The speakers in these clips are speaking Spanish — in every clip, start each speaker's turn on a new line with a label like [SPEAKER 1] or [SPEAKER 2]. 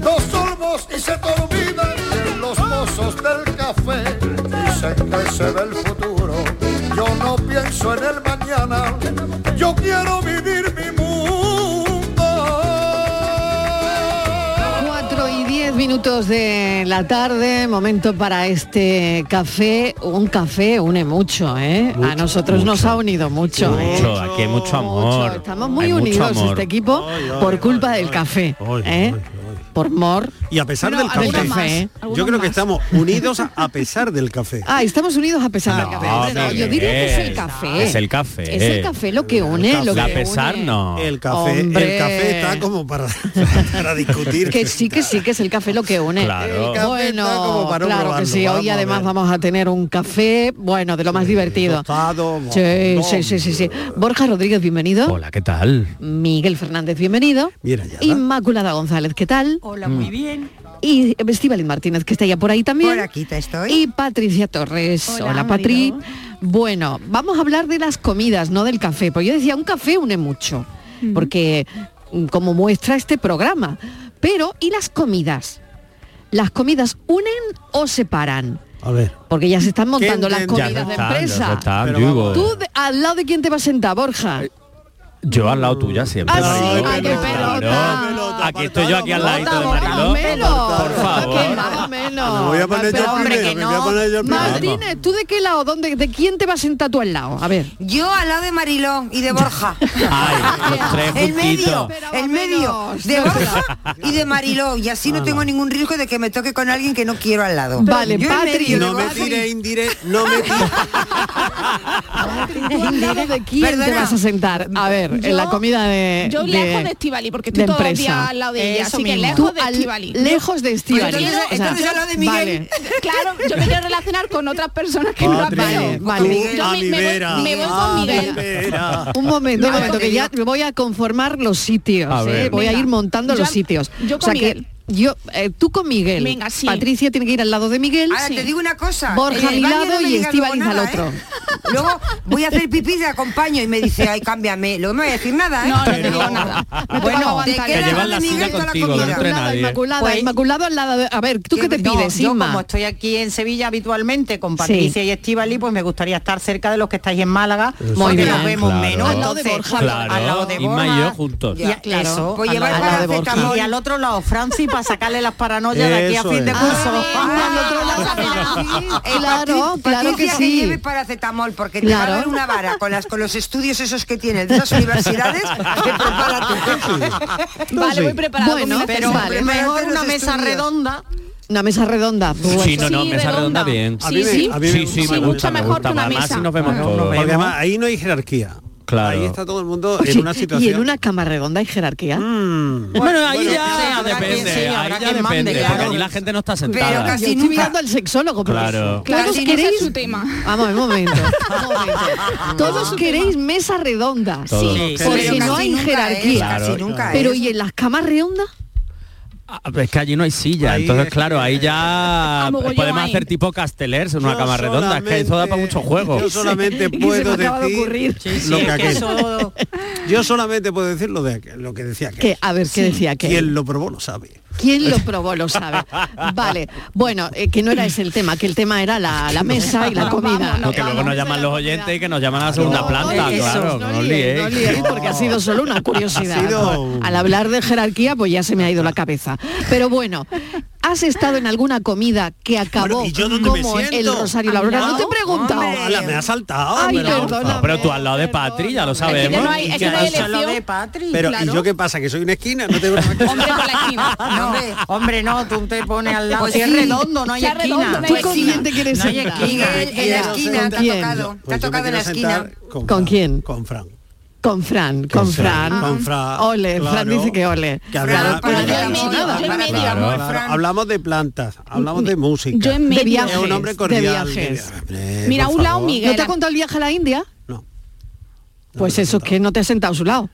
[SPEAKER 1] Dos sorbos y se te olvidan de los pozos del café. Dicen que se ve el futuro. Yo no pienso en el mañana. Yo quiero vivir mi mundo.
[SPEAKER 2] 4 y 10 minutos de la tarde, momento para este café. Un café une mucho, ¿eh? A nosotros nos ha unido mucho, ¿eh?
[SPEAKER 3] Mucho, aquí hay mucho amor.
[SPEAKER 2] Estamos muy
[SPEAKER 3] Hay mucho
[SPEAKER 2] unidos
[SPEAKER 3] amor.
[SPEAKER 2] este equipo por culpa del café, ¿eh? Por mor.
[SPEAKER 4] Y a pesar
[SPEAKER 2] Bueno,
[SPEAKER 4] del café,
[SPEAKER 2] algunos más,
[SPEAKER 4] yo
[SPEAKER 2] algunos
[SPEAKER 4] creo que
[SPEAKER 2] más.
[SPEAKER 4] estamos unidos a, a pesar del café.
[SPEAKER 2] Ah, estamos unidos a pesar del café.
[SPEAKER 4] hombre,
[SPEAKER 2] No, yo
[SPEAKER 4] ¿qué
[SPEAKER 2] diría que es
[SPEAKER 4] es?
[SPEAKER 2] el café.
[SPEAKER 4] Es el café.
[SPEAKER 2] Es el café lo que une, lo que
[SPEAKER 4] La
[SPEAKER 2] une.
[SPEAKER 4] El café,
[SPEAKER 2] Hombre.
[SPEAKER 4] el café está como para, para discutir.
[SPEAKER 2] Que sí, que sí, que es el café lo que une.
[SPEAKER 4] Claro. El café
[SPEAKER 2] Bueno,
[SPEAKER 4] está como para un
[SPEAKER 2] claro que
[SPEAKER 4] robarlo,
[SPEAKER 2] sí. Hoy
[SPEAKER 4] vamos a
[SPEAKER 2] además
[SPEAKER 4] ver.
[SPEAKER 2] vamos a tener un café, bueno, de lo más divertido. sí,
[SPEAKER 4] no,
[SPEAKER 2] sí, sí, sí, sí. Borja Rodríguez, bienvenido.
[SPEAKER 3] Hola, ¿qué tal?
[SPEAKER 2] Miguel Fernández, bienvenido.
[SPEAKER 4] Mira, Mm.
[SPEAKER 2] Inmaculada González, ¿qué tal? Hola,
[SPEAKER 3] muy
[SPEAKER 2] bien. Y eh, Estíbaliz Martínez, que está ya por ahí también. Por aquí estoy. Y Patricia Torres. Hola, Patri. Bueno, vamos a hablar de las comidas, no del café. Porque yo decía, un café une mucho. Porque mm, como muestra este programa. Pero, ¿y las comidas? ¿Las comidas unen o separan?
[SPEAKER 4] A ver.
[SPEAKER 2] Porque ya se están montando las
[SPEAKER 3] entendemos?
[SPEAKER 2] comidas de
[SPEAKER 3] Ya se están, ya se
[SPEAKER 2] empresa.
[SPEAKER 3] están, Pero digo. vamos.
[SPEAKER 2] ¿Tú de- al lado de quién te vas a sentar, Borja?
[SPEAKER 3] Yo al lado tuya siempre.
[SPEAKER 2] Ah, sí,
[SPEAKER 3] Mariló.
[SPEAKER 2] ay, qué
[SPEAKER 3] Claro. Aquí estoy yo aquí al ladito de Mariló. Por favor.
[SPEAKER 2] Más o menos.
[SPEAKER 3] Me voy a poner
[SPEAKER 2] Ah, Pero
[SPEAKER 3] yo
[SPEAKER 2] hombre,
[SPEAKER 3] primero,
[SPEAKER 2] que
[SPEAKER 3] me voy a poner yo primero.
[SPEAKER 2] Martínez, ¿tú de qué lado? ¿Dónde, ¿De quién te vas a sentar tú al lado? A ver.
[SPEAKER 5] Yo al lado de Mariló y de Borja. Ah, el medio, el medio de Borja y de Mariló. Y así no tengo ningún riesgo de que me toque con alguien que no quiero al lado.
[SPEAKER 2] Vale,
[SPEAKER 5] Yo en
[SPEAKER 2] Patri.
[SPEAKER 5] medio de
[SPEAKER 2] No me
[SPEAKER 5] Borja y-
[SPEAKER 4] Indire, indire, no me
[SPEAKER 2] ¿Tú al lado de quién te
[SPEAKER 6] Perdona.
[SPEAKER 2] vas a sentar? A ver, en
[SPEAKER 6] Yo-
[SPEAKER 2] la comida de
[SPEAKER 6] Yo
[SPEAKER 2] de,
[SPEAKER 6] lejos de Estivali, porque
[SPEAKER 2] de
[SPEAKER 6] estoy todo el
[SPEAKER 2] empresa.
[SPEAKER 6] día al lado de ella.
[SPEAKER 2] Eso
[SPEAKER 6] así que
[SPEAKER 2] mismo.
[SPEAKER 6] lejos
[SPEAKER 2] Tú
[SPEAKER 6] de
[SPEAKER 2] al-
[SPEAKER 6] Estivali.
[SPEAKER 2] Lejos de Estivali. O sea, vale.
[SPEAKER 6] Claro, yo me quiero relacionar con otras personas que
[SPEAKER 2] Patri,
[SPEAKER 6] no las veo.
[SPEAKER 2] vale. Tú
[SPEAKER 6] Yo
[SPEAKER 2] a
[SPEAKER 6] me,
[SPEAKER 2] mi
[SPEAKER 6] me voy-
[SPEAKER 2] vera,
[SPEAKER 6] me voy
[SPEAKER 2] a
[SPEAKER 6] con
[SPEAKER 2] mi
[SPEAKER 6] Miguel.
[SPEAKER 2] Un momento, un momento, que ya me voy a conformar los sitios.
[SPEAKER 3] A
[SPEAKER 2] ¿eh?
[SPEAKER 3] ver.
[SPEAKER 2] Voy a
[SPEAKER 3] Venga.
[SPEAKER 2] ir montando
[SPEAKER 3] Yo-
[SPEAKER 2] los sitios.
[SPEAKER 3] yo
[SPEAKER 2] o sea
[SPEAKER 3] con
[SPEAKER 2] que
[SPEAKER 3] Miguel.
[SPEAKER 2] yo, eh, tú con Miguel.
[SPEAKER 5] Venga, sí.
[SPEAKER 2] Patricia tiene que ir al lado de Miguel.
[SPEAKER 5] Ahora te digo una cosa. en
[SPEAKER 2] Borja a
[SPEAKER 5] el
[SPEAKER 2] mi
[SPEAKER 5] baño
[SPEAKER 2] lado
[SPEAKER 5] no me
[SPEAKER 2] y
[SPEAKER 5] digas luego
[SPEAKER 2] Estivaliz al
[SPEAKER 5] nada,
[SPEAKER 2] otro.
[SPEAKER 5] ¿eh? Luego voy a hacer pipí y te acompaño y me dice, ay, cámbiame. Luego no voy a decir nada, ¿eh? No, no te digo nada. Bueno, te
[SPEAKER 3] Ah, Que
[SPEAKER 5] quedas
[SPEAKER 3] llevan
[SPEAKER 5] donde
[SPEAKER 3] la
[SPEAKER 5] Miguel
[SPEAKER 3] silla
[SPEAKER 5] toda la
[SPEAKER 3] contigo, ¿eh? no
[SPEAKER 5] comida.
[SPEAKER 3] entre nadie.
[SPEAKER 2] Inmaculada, Inmaculado al lado de... A ver, ¿tú qué te
[SPEAKER 7] No,
[SPEAKER 2] pides,
[SPEAKER 7] yo
[SPEAKER 2] Inma?
[SPEAKER 7] como estoy aquí en Sevilla habitualmente con Patricia y Estivali, pues me gustaría estar cerca de los que estáis en Málaga,
[SPEAKER 3] Muy
[SPEAKER 7] porque
[SPEAKER 3] bien.
[SPEAKER 7] nos vemos
[SPEAKER 3] Claro.
[SPEAKER 7] menos.
[SPEAKER 3] Al lado de
[SPEAKER 7] Entonces,
[SPEAKER 3] Borja. Claro,
[SPEAKER 7] al lado de
[SPEAKER 3] Inma y
[SPEAKER 7] Borja.
[SPEAKER 3] yo juntos.
[SPEAKER 7] Ya,
[SPEAKER 3] Claro.
[SPEAKER 7] Eso,
[SPEAKER 3] Pues
[SPEAKER 7] al
[SPEAKER 3] llevar
[SPEAKER 7] lado de
[SPEAKER 3] paracetamol.
[SPEAKER 7] Borja. Y al otro lado, Francis, para sacarle las paranoias de aquí a
[SPEAKER 3] Eso
[SPEAKER 7] fin de
[SPEAKER 3] es.
[SPEAKER 7] curso. Ah,
[SPEAKER 5] Claro,
[SPEAKER 7] claro que sí.
[SPEAKER 5] que lleve paracetamol porque te va
[SPEAKER 7] Claro.
[SPEAKER 5] a dar una vara con las con los estudios esos que tiene de esas universidades. que prepárate.
[SPEAKER 7] Vale, voy preparada
[SPEAKER 2] Bueno,
[SPEAKER 7] con mi
[SPEAKER 2] pero
[SPEAKER 7] necesidad.
[SPEAKER 2] vale.
[SPEAKER 7] Mejor una mesa redonda.
[SPEAKER 2] Una mesa redonda. pues.
[SPEAKER 3] Sí, no,
[SPEAKER 2] eh,
[SPEAKER 3] no, mesa redonda bien.
[SPEAKER 4] A mí me- a mí me
[SPEAKER 3] sí, sí,
[SPEAKER 4] gusta
[SPEAKER 3] me
[SPEAKER 4] mucho
[SPEAKER 3] gusta, me
[SPEAKER 4] mejor
[SPEAKER 3] gusta.
[SPEAKER 4] que una
[SPEAKER 3] Más
[SPEAKER 4] mesa.
[SPEAKER 3] si nos vemos
[SPEAKER 4] Bueno,
[SPEAKER 3] todos.
[SPEAKER 4] Porque además ahí no hay jerarquía.
[SPEAKER 3] Claro.
[SPEAKER 4] Ahí está todo el mundo
[SPEAKER 2] Oye,
[SPEAKER 4] en una
[SPEAKER 2] ¿Y
[SPEAKER 4] situación.
[SPEAKER 2] en una cama redonda hay jerarquía?
[SPEAKER 3] Mm. Bueno, ahí ya depende,
[SPEAKER 2] sí,
[SPEAKER 3] ahí
[SPEAKER 2] habrá
[SPEAKER 3] ya
[SPEAKER 2] quien mande,
[SPEAKER 3] depende, porque
[SPEAKER 2] claro.
[SPEAKER 3] allí la gente no está
[SPEAKER 2] Pero
[SPEAKER 3] sentada.
[SPEAKER 2] casi estoy mirando al sexólogo. pero-
[SPEAKER 3] Claro.
[SPEAKER 2] ¿Todos
[SPEAKER 6] Casi no
[SPEAKER 2] queréis?
[SPEAKER 6] es su tema.
[SPEAKER 2] Vamos, un momento. un momento. Todos
[SPEAKER 6] Ah.
[SPEAKER 2] queréis mesa redonda.
[SPEAKER 3] Todos. Sí,
[SPEAKER 2] Porque
[SPEAKER 3] pero
[SPEAKER 2] no
[SPEAKER 3] casi
[SPEAKER 2] hay
[SPEAKER 3] nunca
[SPEAKER 2] jerarquía.
[SPEAKER 3] es, casi Claro. nunca
[SPEAKER 2] pero
[SPEAKER 3] es.
[SPEAKER 2] ¿y en las camas redondas?
[SPEAKER 3] Ah, Es que allí no hay silla, entonces claro, ahí ya pues
[SPEAKER 2] mogollón
[SPEAKER 3] podemos
[SPEAKER 2] hay.
[SPEAKER 3] hacer tipo Castellers en una
[SPEAKER 4] Yo
[SPEAKER 3] cama redonda, es que eso da para muchos juegos.
[SPEAKER 4] Yo solamente puedo decir lo que aquel- Yo solamente puedo decir lo de aquel- lo que decía aquel.
[SPEAKER 2] Que, a ver, ¿qué decía aquel?
[SPEAKER 4] Quien lo probó lo sabe.
[SPEAKER 2] ¿Quién lo probó lo sabe? Vale, bueno, eh, que no era ese el tema, que el tema era la, la mesa y la comida.
[SPEAKER 3] No, que luego nos llaman los oyentes y que nos llaman a la segunda planta, claro. No, os liéis.
[SPEAKER 2] No liéis, porque ha sido solo una curiosidad. Al hablar de jerarquía, pues ya se me ha ido la cabeza. Pero bueno, ¿has estado en alguna comida que acabó
[SPEAKER 4] Bueno, ¿y yo dónde me
[SPEAKER 2] como
[SPEAKER 4] siento?
[SPEAKER 2] el Rosario
[SPEAKER 4] ¿Al
[SPEAKER 2] Labruna? No
[SPEAKER 4] lado?
[SPEAKER 2] te he preguntado.
[SPEAKER 4] Hombre. Ala, me ha saltado.
[SPEAKER 2] Ay,
[SPEAKER 4] pero,
[SPEAKER 2] perdóname,
[SPEAKER 3] No, pero tú al lado de Patri, ya lo sabemos.
[SPEAKER 4] no hay- es que no hay
[SPEAKER 3] Ya-
[SPEAKER 4] elección.
[SPEAKER 7] de Patri.
[SPEAKER 4] Pero, ¿y
[SPEAKER 7] claro. Ah,
[SPEAKER 4] yo qué pasa? ¿Que soy una esquina? No tengo nada que-
[SPEAKER 7] No, hombre, hombre, no, tú te pones al lado.
[SPEAKER 4] Pues
[SPEAKER 7] Si es
[SPEAKER 4] sí.
[SPEAKER 7] redondo, no hay
[SPEAKER 4] Si es
[SPEAKER 7] esquina. Pues
[SPEAKER 4] redondo, no hay ¿Tú con esquina. quién te quieres
[SPEAKER 7] No hay
[SPEAKER 4] sentar?
[SPEAKER 7] esquina. Pues
[SPEAKER 4] En el- en la esquina, te ha tocado.
[SPEAKER 3] Pues
[SPEAKER 4] Te ha tocado en la esquina.
[SPEAKER 2] ¿Con, quién?
[SPEAKER 4] Con Fran.
[SPEAKER 2] Con Fran, con Fran.
[SPEAKER 4] Con Fran,
[SPEAKER 2] Ole, Fran
[SPEAKER 4] claro.
[SPEAKER 2] dice que ole.
[SPEAKER 4] Que hablaba-
[SPEAKER 2] Pero yo en medio,
[SPEAKER 4] Claro,
[SPEAKER 2] yo en medio,
[SPEAKER 4] claro,
[SPEAKER 2] amor,
[SPEAKER 4] claro.
[SPEAKER 2] Fran.
[SPEAKER 4] Hablamos de plantas, hablamos de música.
[SPEAKER 2] yo en De medio. viajes,
[SPEAKER 4] Es un hombre
[SPEAKER 2] de
[SPEAKER 4] cordial.
[SPEAKER 2] viajes.
[SPEAKER 4] Hombre,
[SPEAKER 2] Mira,
[SPEAKER 4] por
[SPEAKER 2] un lado
[SPEAKER 4] favor.
[SPEAKER 2] Miguel. ¿No te ha contado el viaje a la India?
[SPEAKER 4] No.
[SPEAKER 2] pues eso es que no te has sentado a su lado.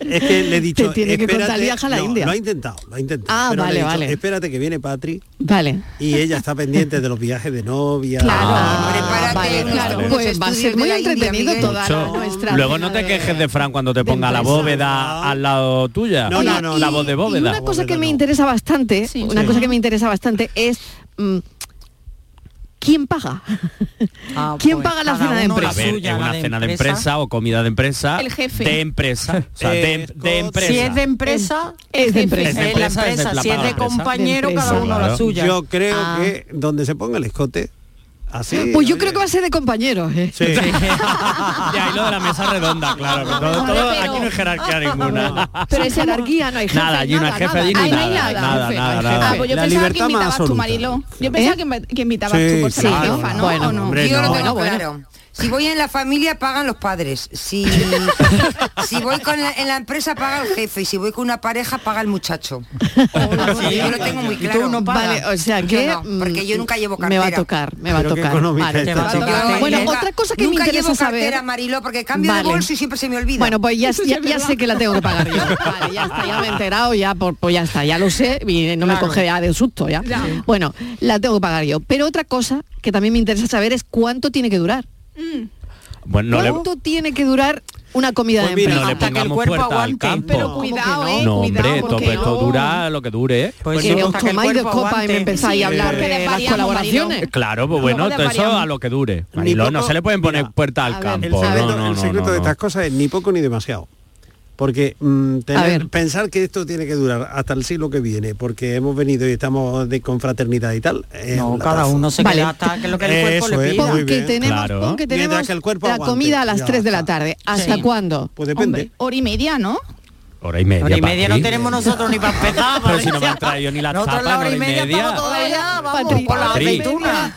[SPEAKER 4] Es que le he dicho,
[SPEAKER 2] Te tiene que
[SPEAKER 4] espérate,
[SPEAKER 2] contar el viaje a la
[SPEAKER 4] no,
[SPEAKER 2] India.
[SPEAKER 4] Lo ha intentado, lo ha intentado.
[SPEAKER 2] Ah,
[SPEAKER 4] pero le he
[SPEAKER 2] vale,
[SPEAKER 4] dicho,
[SPEAKER 2] vale.
[SPEAKER 4] Espérate que viene Patri
[SPEAKER 2] Vale.
[SPEAKER 4] y ella está pendiente de los viajes de novia.
[SPEAKER 2] Claro,
[SPEAKER 4] Ah,
[SPEAKER 2] vale, claro. Pues va a ser muy entretenido toda la
[SPEAKER 3] Mucho.
[SPEAKER 2] nuestra.
[SPEAKER 3] Luego no te quejes de Fran cuando te ponga la bóveda al lado tuya.
[SPEAKER 2] No, no, no,
[SPEAKER 3] La
[SPEAKER 2] no.
[SPEAKER 3] voz de
[SPEAKER 2] Ah. Y
[SPEAKER 3] bóveda.
[SPEAKER 2] una cosa que me interesa bastante, una
[SPEAKER 3] Sí.
[SPEAKER 2] cosa que me interesa bastante es mm, quién paga. ¿Quién paga la
[SPEAKER 3] Ah, pues cada
[SPEAKER 2] cena de
[SPEAKER 3] uno la
[SPEAKER 2] empresa?
[SPEAKER 3] ver, es una cena de empresa o comida de empresa.
[SPEAKER 2] El jefe.
[SPEAKER 3] De empresa. O sea, de, em, de empresa.
[SPEAKER 7] Si es de empresa,
[SPEAKER 2] es
[SPEAKER 7] de
[SPEAKER 3] empresa.
[SPEAKER 7] empresa.
[SPEAKER 3] Es de
[SPEAKER 7] la
[SPEAKER 3] empresa, es
[SPEAKER 7] empresa.
[SPEAKER 3] de
[SPEAKER 7] Si es
[SPEAKER 3] la
[SPEAKER 7] de
[SPEAKER 3] empresa.
[SPEAKER 7] compañero, cada uno la
[SPEAKER 4] Claro.
[SPEAKER 7] suya.
[SPEAKER 4] Yo creo
[SPEAKER 7] Ah.
[SPEAKER 4] que donde se ponga el escote, así.
[SPEAKER 2] Pues yo
[SPEAKER 4] oye.
[SPEAKER 2] creo que va a ser de compañeros. ¿eh?
[SPEAKER 4] Sí.
[SPEAKER 3] Y ahí lo de la mesa redonda, claro. con todo- todo- aquí no hay jerarquía ninguna.
[SPEAKER 2] Pero es jerarquía, no hay jefe.
[SPEAKER 3] Nada, allí no hay jefe, allí ni
[SPEAKER 2] Ay, no hay
[SPEAKER 3] nada.
[SPEAKER 2] nada,
[SPEAKER 3] Nada,
[SPEAKER 2] jefe.
[SPEAKER 3] nada,
[SPEAKER 6] Ah,
[SPEAKER 3] nada.
[SPEAKER 6] pues yo pensaba que invitabas tú, Marilo. Yo pensaba
[SPEAKER 5] ¿Eh?
[SPEAKER 6] que, inv- que invitabas tú por ser la jefa, ¿no? ¿O no?
[SPEAKER 5] Yo lo tengo claro. Si voy en la familia pagan los padres. Si, si voy con la- en la empresa paga el jefe y si voy con una pareja paga el muchacho. Ah, Yo lo tengo muy
[SPEAKER 2] Y tú
[SPEAKER 5] claro.
[SPEAKER 2] no pagas. Vale, o sea
[SPEAKER 5] Yo
[SPEAKER 2] que,
[SPEAKER 5] no, porque yo
[SPEAKER 2] mm,
[SPEAKER 5] nunca llevo
[SPEAKER 2] me
[SPEAKER 5] cartera.
[SPEAKER 2] va a tocar, me va a tocar. Vale.
[SPEAKER 5] Te va a tocar.
[SPEAKER 2] Bueno,
[SPEAKER 5] Nunca-
[SPEAKER 2] otra cosa que me
[SPEAKER 5] nunca
[SPEAKER 2] interesa
[SPEAKER 5] llevo
[SPEAKER 2] saber-
[SPEAKER 5] cartera, Mariló, porque cambio
[SPEAKER 2] Vale.
[SPEAKER 5] de bolso y siempre se me olvida.
[SPEAKER 2] Bueno, pues ya, ya, ya sé que la tengo que pagar yo.
[SPEAKER 5] Vale,
[SPEAKER 2] ya está, ya me he enterado, ya, por, pues ya está, ya lo sé y no me
[SPEAKER 5] Claro.
[SPEAKER 2] coge ya de susto ya.
[SPEAKER 5] Ya.
[SPEAKER 2] Bueno, la tengo que pagar yo. Pero otra cosa que también me interesa saber es cuánto tiene que durar.
[SPEAKER 3] Bueno, no le-
[SPEAKER 2] ¿Cuánto tiene que durar una comida
[SPEAKER 3] Pues
[SPEAKER 2] de
[SPEAKER 3] mira,
[SPEAKER 2] empresa?
[SPEAKER 3] no le pongamos puerta al campo.
[SPEAKER 2] Pero cuidado, ¿eh?
[SPEAKER 3] No,
[SPEAKER 2] cuidado,
[SPEAKER 3] hombre,
[SPEAKER 2] porque
[SPEAKER 3] todo esto dura lo que dure. ¿eh?
[SPEAKER 2] Pues Que sí, os hasta que el tomáis dos cuerpo copas y me aguante. empezáis a hablar de las
[SPEAKER 3] variamos,
[SPEAKER 2] colaboraciones.
[SPEAKER 3] Marilo. Claro, pues bueno,
[SPEAKER 2] Luego
[SPEAKER 3] todo eso
[SPEAKER 2] desvariamos.
[SPEAKER 3] a lo que dure. Marilo, no se le pueden poner puerta al
[SPEAKER 4] El
[SPEAKER 3] campo.
[SPEAKER 4] secreto,
[SPEAKER 3] no, no,
[SPEAKER 4] el
[SPEAKER 3] no,
[SPEAKER 4] secreto
[SPEAKER 3] no,
[SPEAKER 4] de estas cosas es ni poco ni demasiado. Porque mm, tener-
[SPEAKER 3] A ver.
[SPEAKER 4] pensar que esto tiene que durar hasta el siglo que viene, porque hemos venido y estamos de confraternidad y tal.
[SPEAKER 7] No, cada uno se queda hasta que lo que el cuerpo
[SPEAKER 4] Eso
[SPEAKER 7] le
[SPEAKER 4] es,
[SPEAKER 7] pida.
[SPEAKER 4] muy
[SPEAKER 7] Porque
[SPEAKER 4] bien.
[SPEAKER 2] tenemos- porque tenemos
[SPEAKER 4] Mientras que el cuerpo
[SPEAKER 2] la
[SPEAKER 4] aguante.
[SPEAKER 2] comida a las
[SPEAKER 4] Ya.
[SPEAKER 2] 3 de la tarde. ¿Hasta cuándo?
[SPEAKER 4] Pues depende.
[SPEAKER 6] Hora y media, ¿no?
[SPEAKER 3] Hora y media.
[SPEAKER 7] Hora y media no
[SPEAKER 3] Patri.
[SPEAKER 7] tenemos nosotros ni para empezar.
[SPEAKER 3] Pero si no me han traído ni la
[SPEAKER 7] Nosotros la
[SPEAKER 3] tapa,
[SPEAKER 7] hora
[SPEAKER 3] hora
[SPEAKER 7] y media estamos todavía, vamos, por la
[SPEAKER 3] Patri.
[SPEAKER 7] aceituna.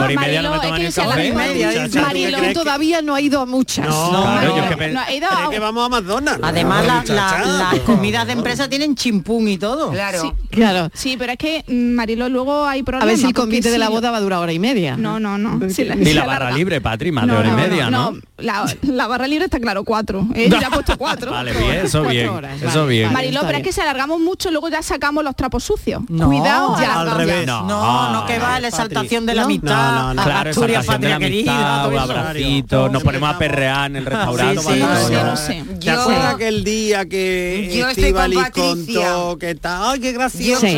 [SPEAKER 3] Hora y media no ¿eh? me
[SPEAKER 2] Mariló,
[SPEAKER 3] toman el
[SPEAKER 2] es que yo sé
[SPEAKER 3] café.
[SPEAKER 2] la verdad. Mariló todavía no ha ido a muchas.
[SPEAKER 3] No, Claro, yo es que
[SPEAKER 2] no,
[SPEAKER 3] pe-
[SPEAKER 2] no ha ido
[SPEAKER 4] Pero es que vamos a McDonald's.
[SPEAKER 7] Además, la- la-
[SPEAKER 4] muchacha.
[SPEAKER 7] las comidas de empresa tienen chimpún y todo.
[SPEAKER 6] Sí,
[SPEAKER 2] claro.
[SPEAKER 6] Sí, pero es que, mm, Marilo, luego hay
[SPEAKER 2] A
[SPEAKER 6] problemas.
[SPEAKER 2] ver si el
[SPEAKER 6] porque
[SPEAKER 2] convite de
[SPEAKER 6] si
[SPEAKER 2] la
[SPEAKER 6] lo-
[SPEAKER 2] boda va a durar hora y media.
[SPEAKER 6] No, no, no. Si la-
[SPEAKER 3] Ni
[SPEAKER 6] si
[SPEAKER 3] la
[SPEAKER 6] la
[SPEAKER 3] barra libre, Patri, más de hora y media, ¿no?
[SPEAKER 6] La, la barra libre está claro, cuatro. Eh, ya ha puesto cuatro.
[SPEAKER 3] Vale, bien, eso
[SPEAKER 6] Cuatro
[SPEAKER 3] bien.
[SPEAKER 6] horas,
[SPEAKER 3] Eso
[SPEAKER 6] vale.
[SPEAKER 3] bien.
[SPEAKER 6] Mariló, pero es que si alargamos mucho, luego ya sacamos los trapos sucios. Cuidado, ya.
[SPEAKER 3] al revés. No,
[SPEAKER 7] No,
[SPEAKER 4] Ah,
[SPEAKER 7] no, que va la exaltación de la amistad.
[SPEAKER 3] No, no, no. Claro,
[SPEAKER 7] Asturias,
[SPEAKER 3] exaltación de la
[SPEAKER 7] patria querida.
[SPEAKER 3] amistad,
[SPEAKER 7] todo
[SPEAKER 3] un
[SPEAKER 7] eso.
[SPEAKER 3] abracito, nos ponemos a perrear en el restaurante.
[SPEAKER 4] sí,
[SPEAKER 3] todo,
[SPEAKER 4] sí,
[SPEAKER 3] ¿no?
[SPEAKER 4] no
[SPEAKER 7] sé.
[SPEAKER 4] ¿Te acuerdas aquel día que
[SPEAKER 5] Yo estoy con
[SPEAKER 4] Estíbaliz
[SPEAKER 5] Patricia.
[SPEAKER 4] contó que está, ay, qué
[SPEAKER 5] Yo,
[SPEAKER 4] graciosa.
[SPEAKER 5] yo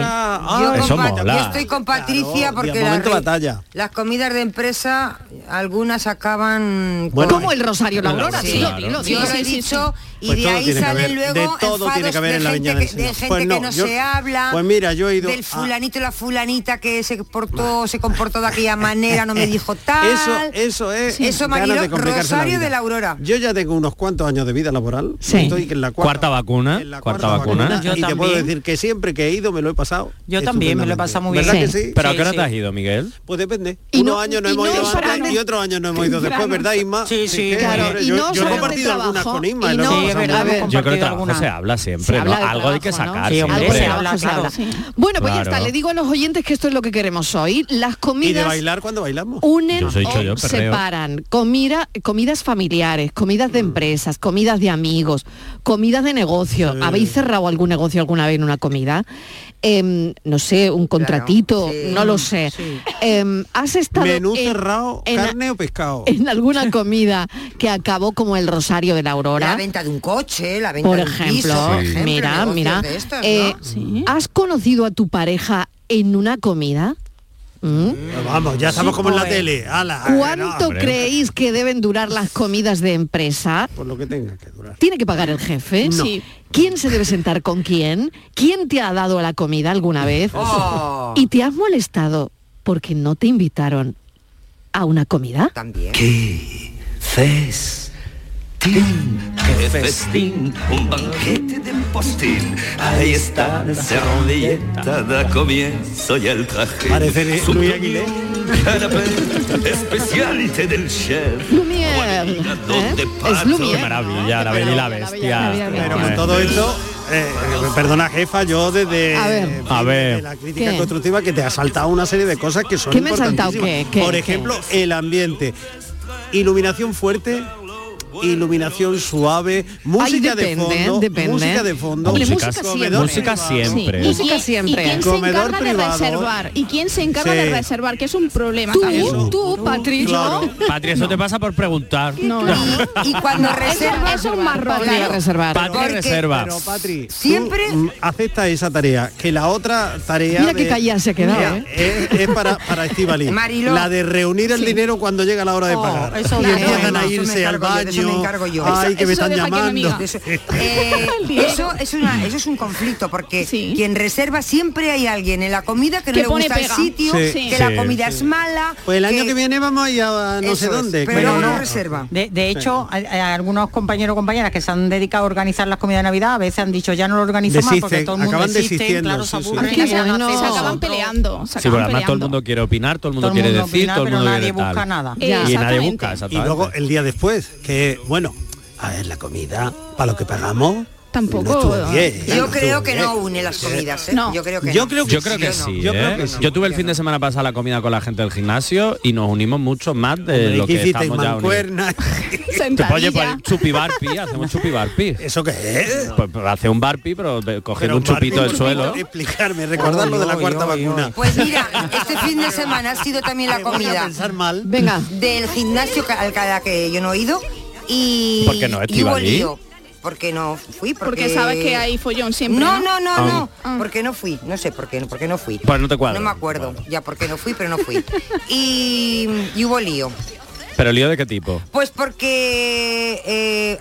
[SPEAKER 4] Ay,
[SPEAKER 5] con Pat- yo estoy con Patricia
[SPEAKER 4] Ah, Claro,
[SPEAKER 5] porque
[SPEAKER 4] día,
[SPEAKER 5] las,
[SPEAKER 4] momento
[SPEAKER 5] re-
[SPEAKER 4] batalla.
[SPEAKER 5] las comidas de empresa algunas acaban
[SPEAKER 4] Bueno,
[SPEAKER 5] con-
[SPEAKER 4] Como el Rosario la Aurora,
[SPEAKER 5] Sí,
[SPEAKER 4] dilo, dilo,
[SPEAKER 5] yo
[SPEAKER 4] dilo,
[SPEAKER 5] lo he
[SPEAKER 4] sí, sí,
[SPEAKER 5] dicho
[SPEAKER 4] sí.
[SPEAKER 5] y
[SPEAKER 4] Pues
[SPEAKER 5] de
[SPEAKER 4] todo
[SPEAKER 5] ahí
[SPEAKER 4] tiene que
[SPEAKER 5] salen
[SPEAKER 4] haber,
[SPEAKER 5] luego
[SPEAKER 4] de todo tiene
[SPEAKER 5] enfados
[SPEAKER 4] que haber
[SPEAKER 5] de
[SPEAKER 4] en la
[SPEAKER 5] gente
[SPEAKER 4] Viña del
[SPEAKER 5] que- de
[SPEAKER 4] Señor.
[SPEAKER 5] gente
[SPEAKER 4] Pues
[SPEAKER 5] que
[SPEAKER 4] no,
[SPEAKER 5] no
[SPEAKER 4] yo-
[SPEAKER 5] se habla
[SPEAKER 4] pues mira, yo he ido
[SPEAKER 5] del
[SPEAKER 4] a-
[SPEAKER 5] fulanito y la fulanita que se portó se comportó de aquella manera no me dijo tal
[SPEAKER 4] Eso, Eh, eso es
[SPEAKER 5] Sí. eso
[SPEAKER 4] ganas
[SPEAKER 5] Mariló,
[SPEAKER 4] de complicarse la
[SPEAKER 5] Rosario
[SPEAKER 4] vida.
[SPEAKER 5] de la Aurora
[SPEAKER 4] Yo ya tengo unos cuantos años de vida laboral.
[SPEAKER 3] Sí.
[SPEAKER 4] Estoy en la
[SPEAKER 3] Cuarta
[SPEAKER 4] cuarta,
[SPEAKER 3] vacuna. Cuarta vacuna.
[SPEAKER 4] y te puedo decir que siempre que he ido me lo he pasado.
[SPEAKER 7] Yo también me lo he pasado muy bien.
[SPEAKER 4] ¿Verdad que sí?
[SPEAKER 3] ¿Pero a qué hora te has ido, Miguel?
[SPEAKER 4] Pues depende. Unos años no hemos ido antes y otros años no hemos ido después, ¿verdad, Isma?
[SPEAKER 7] Sí, sí.
[SPEAKER 4] que,
[SPEAKER 7] Claro,
[SPEAKER 4] hombre,
[SPEAKER 7] y
[SPEAKER 4] yo,
[SPEAKER 7] no
[SPEAKER 4] yo he
[SPEAKER 7] solo de
[SPEAKER 4] compartido algunas
[SPEAKER 7] trabajo,
[SPEAKER 4] con Isma.
[SPEAKER 7] y
[SPEAKER 4] ¿no?
[SPEAKER 7] no- Sí, es
[SPEAKER 4] Pasamos
[SPEAKER 7] verdad,
[SPEAKER 4] muy bien.
[SPEAKER 7] hemos
[SPEAKER 3] Yo creo
[SPEAKER 7] compartido
[SPEAKER 3] que trabajo
[SPEAKER 7] alguna.
[SPEAKER 3] se habla siempre,
[SPEAKER 7] Se
[SPEAKER 3] ¿no?
[SPEAKER 7] habla de
[SPEAKER 3] Algo hay que
[SPEAKER 7] trabajo, ¿no?
[SPEAKER 3] sacar.
[SPEAKER 7] Sí, hombre,
[SPEAKER 3] siempre.
[SPEAKER 7] se habla,
[SPEAKER 2] se habla.
[SPEAKER 7] Sí.
[SPEAKER 2] Bueno, pues ya está,
[SPEAKER 3] Claro.
[SPEAKER 2] le digo a los oyentes que esto es lo que queremos hoy. Las comidas
[SPEAKER 4] Y de bailar cuando bailamos.
[SPEAKER 2] unen
[SPEAKER 4] Yo soy
[SPEAKER 2] o
[SPEAKER 4] chollo, perreo.
[SPEAKER 2] separan. Comida, comidas familiares, comidas de
[SPEAKER 4] Mm.
[SPEAKER 2] empresas, comidas de amigos, comidas de negocio. ¿Habéis cerrado algún negocio alguna vez en una comida? Em, no sé, un contratito, no lo sé. Em, ¿Has estado
[SPEAKER 4] Menú
[SPEAKER 2] en-
[SPEAKER 4] cerrado,
[SPEAKER 2] en-
[SPEAKER 4] carne o pescado.
[SPEAKER 2] en alguna comida que acabó como el Rosario de la Aurora.
[SPEAKER 4] La venta de un
[SPEAKER 5] un coche, la venta
[SPEAKER 2] Por
[SPEAKER 5] de un piso,
[SPEAKER 2] ejemplo,
[SPEAKER 5] por ejemplo,
[SPEAKER 2] mira,
[SPEAKER 5] negocios
[SPEAKER 2] mira.
[SPEAKER 5] de estos,
[SPEAKER 2] eh,
[SPEAKER 5] ¿no?
[SPEAKER 2] ¿Has conocido a tu pareja en una comida? ¿Mm?
[SPEAKER 4] Vamos, ya estamos como en la
[SPEAKER 2] Pues,
[SPEAKER 4] tele. ala, no,
[SPEAKER 2] ¿Cuánto
[SPEAKER 4] hombre.
[SPEAKER 2] creéis que deben durar las comidas de empresa?
[SPEAKER 4] Por lo que tenga que
[SPEAKER 2] ¿Tiene que pagar el jefe?
[SPEAKER 4] No. Sí.
[SPEAKER 2] ¿Quién se debe sentar con quién? ¿Quién te ha dado la comida alguna vez?
[SPEAKER 5] Oh.
[SPEAKER 2] ¿Y te has molestado porque no te invitaron a una comida?
[SPEAKER 5] También.
[SPEAKER 8] ¡Qué festín! ¡Qué festín! Un banquete de postín. Ahí está la servilleta da comienzo y el traje.
[SPEAKER 4] Parece Lu-
[SPEAKER 8] Su
[SPEAKER 4] Luis
[SPEAKER 8] platillo, canapé, especialité del chef.
[SPEAKER 2] Lumière. ¿eh? Es
[SPEAKER 3] Qué
[SPEAKER 2] Lumière.
[SPEAKER 3] maravilla, la bella y la bestia.
[SPEAKER 4] Pero con todo esto, eh, perdona jefa, yo desde
[SPEAKER 2] A ver.
[SPEAKER 4] eh,
[SPEAKER 3] A ver.
[SPEAKER 4] desde la crítica
[SPEAKER 2] ¿Qué?
[SPEAKER 4] constructiva que te ha saltado una serie de cosas que son
[SPEAKER 2] ¿Qué me he saltado?
[SPEAKER 4] importantísimas.
[SPEAKER 2] ¿Qué? ¿Qué?
[SPEAKER 4] Por
[SPEAKER 2] ¿Qué?
[SPEAKER 4] ejemplo, el ambiente. Iluminación fuerte. Iluminación suave, música de
[SPEAKER 2] depende,
[SPEAKER 4] fondo,
[SPEAKER 2] depende.
[SPEAKER 4] música de fondo,
[SPEAKER 2] Hombre, música Música siempre.
[SPEAKER 4] comedor
[SPEAKER 3] música
[SPEAKER 4] privado.
[SPEAKER 3] siempre.
[SPEAKER 6] ¿Y quién,
[SPEAKER 2] siempre.
[SPEAKER 6] ¿Y quién se
[SPEAKER 4] Comedor
[SPEAKER 6] encarga
[SPEAKER 4] privado.
[SPEAKER 6] de reservar? ¿Y quién se encarga
[SPEAKER 3] Sí.
[SPEAKER 6] de reservar? Que es un problema.
[SPEAKER 2] Tú,
[SPEAKER 6] también.
[SPEAKER 2] tú, Patri,
[SPEAKER 6] Claro.
[SPEAKER 2] ¿no?
[SPEAKER 3] Patria, eso te pasa por preguntar.
[SPEAKER 6] No, no. Y cuando
[SPEAKER 2] No, eso-
[SPEAKER 6] reservas,
[SPEAKER 2] eso es un marrón.
[SPEAKER 6] Patri,
[SPEAKER 2] claro.
[SPEAKER 6] reservar.
[SPEAKER 3] Patria
[SPEAKER 6] Porque-
[SPEAKER 3] reserva.
[SPEAKER 4] Pero Patri, tú,
[SPEAKER 6] Siempre-
[SPEAKER 4] mm, acepta esa tarea, que la otra tarea
[SPEAKER 2] Mira
[SPEAKER 4] de-
[SPEAKER 2] qué callada se ha quedado, ¿eh?
[SPEAKER 4] Mira, es, es para para Estíbaliz.
[SPEAKER 5] Mariló.
[SPEAKER 4] la de reunir el dinero cuando llega la hora de pagar.
[SPEAKER 5] Oh, eso
[SPEAKER 4] y
[SPEAKER 5] da
[SPEAKER 4] empiezan
[SPEAKER 5] problema.
[SPEAKER 4] a
[SPEAKER 5] Eso me
[SPEAKER 4] irse al
[SPEAKER 5] encargo yo,
[SPEAKER 4] baño.
[SPEAKER 5] de eso me encargo yo.
[SPEAKER 4] Ay,
[SPEAKER 5] Eso-
[SPEAKER 4] que me
[SPEAKER 5] eso
[SPEAKER 4] están
[SPEAKER 5] deja que me
[SPEAKER 4] llamando.
[SPEAKER 5] diga. De eso- Eh, eso, es una, eso es un conflicto porque quien reserva siempre hay alguien en la comida que no
[SPEAKER 6] Que
[SPEAKER 5] le
[SPEAKER 6] pone
[SPEAKER 5] gusta
[SPEAKER 6] pega.
[SPEAKER 5] el sitio,
[SPEAKER 4] Sí, sí,
[SPEAKER 5] que la comida
[SPEAKER 4] sí.
[SPEAKER 5] es mala.
[SPEAKER 4] Pues el año que viene vamos a ir a no
[SPEAKER 5] Eso
[SPEAKER 4] sé
[SPEAKER 5] es,
[SPEAKER 4] dónde.
[SPEAKER 5] pero
[SPEAKER 4] que-
[SPEAKER 5] no, no reserva.
[SPEAKER 7] De, de hecho, a- a algunos compañeros o compañeras que se han dedicado a organizar las comidas de Navidad a veces han dicho ya no lo organizo más porque
[SPEAKER 4] Desisten,
[SPEAKER 7] todo el mundo
[SPEAKER 4] acaban
[SPEAKER 7] desiste,
[SPEAKER 4] desistiendo,
[SPEAKER 7] claro, se
[SPEAKER 4] sí, sí.
[SPEAKER 7] aburren,
[SPEAKER 4] Ay,
[SPEAKER 6] Que
[SPEAKER 7] ya
[SPEAKER 6] se,
[SPEAKER 7] no hacen
[SPEAKER 6] se
[SPEAKER 7] eso.
[SPEAKER 6] acaban peleando. Se
[SPEAKER 3] Sí, pero
[SPEAKER 6] acaban
[SPEAKER 3] además todo el
[SPEAKER 6] peleando.
[SPEAKER 3] mundo quiere opinar, todo el mundo
[SPEAKER 7] Todo el
[SPEAKER 3] quiere
[SPEAKER 7] mundo
[SPEAKER 3] decir,
[SPEAKER 7] opina,
[SPEAKER 3] todo el
[SPEAKER 7] pero
[SPEAKER 3] mundo
[SPEAKER 7] nadie
[SPEAKER 3] quiere tal.
[SPEAKER 7] busca nada.
[SPEAKER 4] Ya.
[SPEAKER 3] Y nadie busca,
[SPEAKER 4] Y
[SPEAKER 3] exactamente.
[SPEAKER 4] luego el día después, que bueno, a ver, la comida, para lo que pagamos,
[SPEAKER 6] Tampoco.
[SPEAKER 4] no estuvo bien.
[SPEAKER 5] Yo
[SPEAKER 4] no
[SPEAKER 5] creo
[SPEAKER 4] estuvo
[SPEAKER 5] que
[SPEAKER 4] bien.
[SPEAKER 5] no une las comidas, ¿eh? Yo creo que
[SPEAKER 4] Yo
[SPEAKER 5] no.
[SPEAKER 4] creo que
[SPEAKER 3] Yo creo
[SPEAKER 4] sí,
[SPEAKER 3] que
[SPEAKER 4] yo no.
[SPEAKER 3] sí.
[SPEAKER 4] Yo
[SPEAKER 3] ¿eh?
[SPEAKER 4] creo que sí.
[SPEAKER 3] Yo tuve el fin de semana pasado la comida con la gente del gimnasio y nos unimos mucho más de
[SPEAKER 4] Hombre,
[SPEAKER 3] lo
[SPEAKER 4] ¿qué
[SPEAKER 3] que
[SPEAKER 4] hicisteis?
[SPEAKER 3] estamos ya unidos.
[SPEAKER 4] Mancuerna.
[SPEAKER 3] Te oye, pues
[SPEAKER 6] Sentadilla.
[SPEAKER 3] chupi barpi, hacemos chupi barpi.
[SPEAKER 4] ¿Eso qué es?
[SPEAKER 3] Pues, pues, hace un barpi, pero de- cogiendo
[SPEAKER 4] Pero
[SPEAKER 3] un chupito
[SPEAKER 4] Martín,
[SPEAKER 3] del suelo.
[SPEAKER 4] Explicarme, recordar lo de la cuarta vacuna.
[SPEAKER 5] Pues mira, este fin de semana ha sido también la
[SPEAKER 4] Me voy a
[SPEAKER 5] comida
[SPEAKER 4] pensar mal.
[SPEAKER 2] Venga.
[SPEAKER 5] del gimnasio ca- al que, a la que yo no he ido y,
[SPEAKER 3] ¿Por qué no,
[SPEAKER 5] y hubo
[SPEAKER 3] Estivali?
[SPEAKER 5] lío. Porque no fui. Porque,
[SPEAKER 6] Porque sabes que hay follón siempre.
[SPEAKER 5] No, no, no,
[SPEAKER 3] Ah.
[SPEAKER 5] no. Porque no fui. No sé por qué, por qué no fui.
[SPEAKER 3] Pues no te cuadra.
[SPEAKER 5] No me acuerdo. Ya porque no fui, pero no fui. Y, y hubo lío.
[SPEAKER 3] Pero lío de qué tipo.
[SPEAKER 5] Pues porque eh,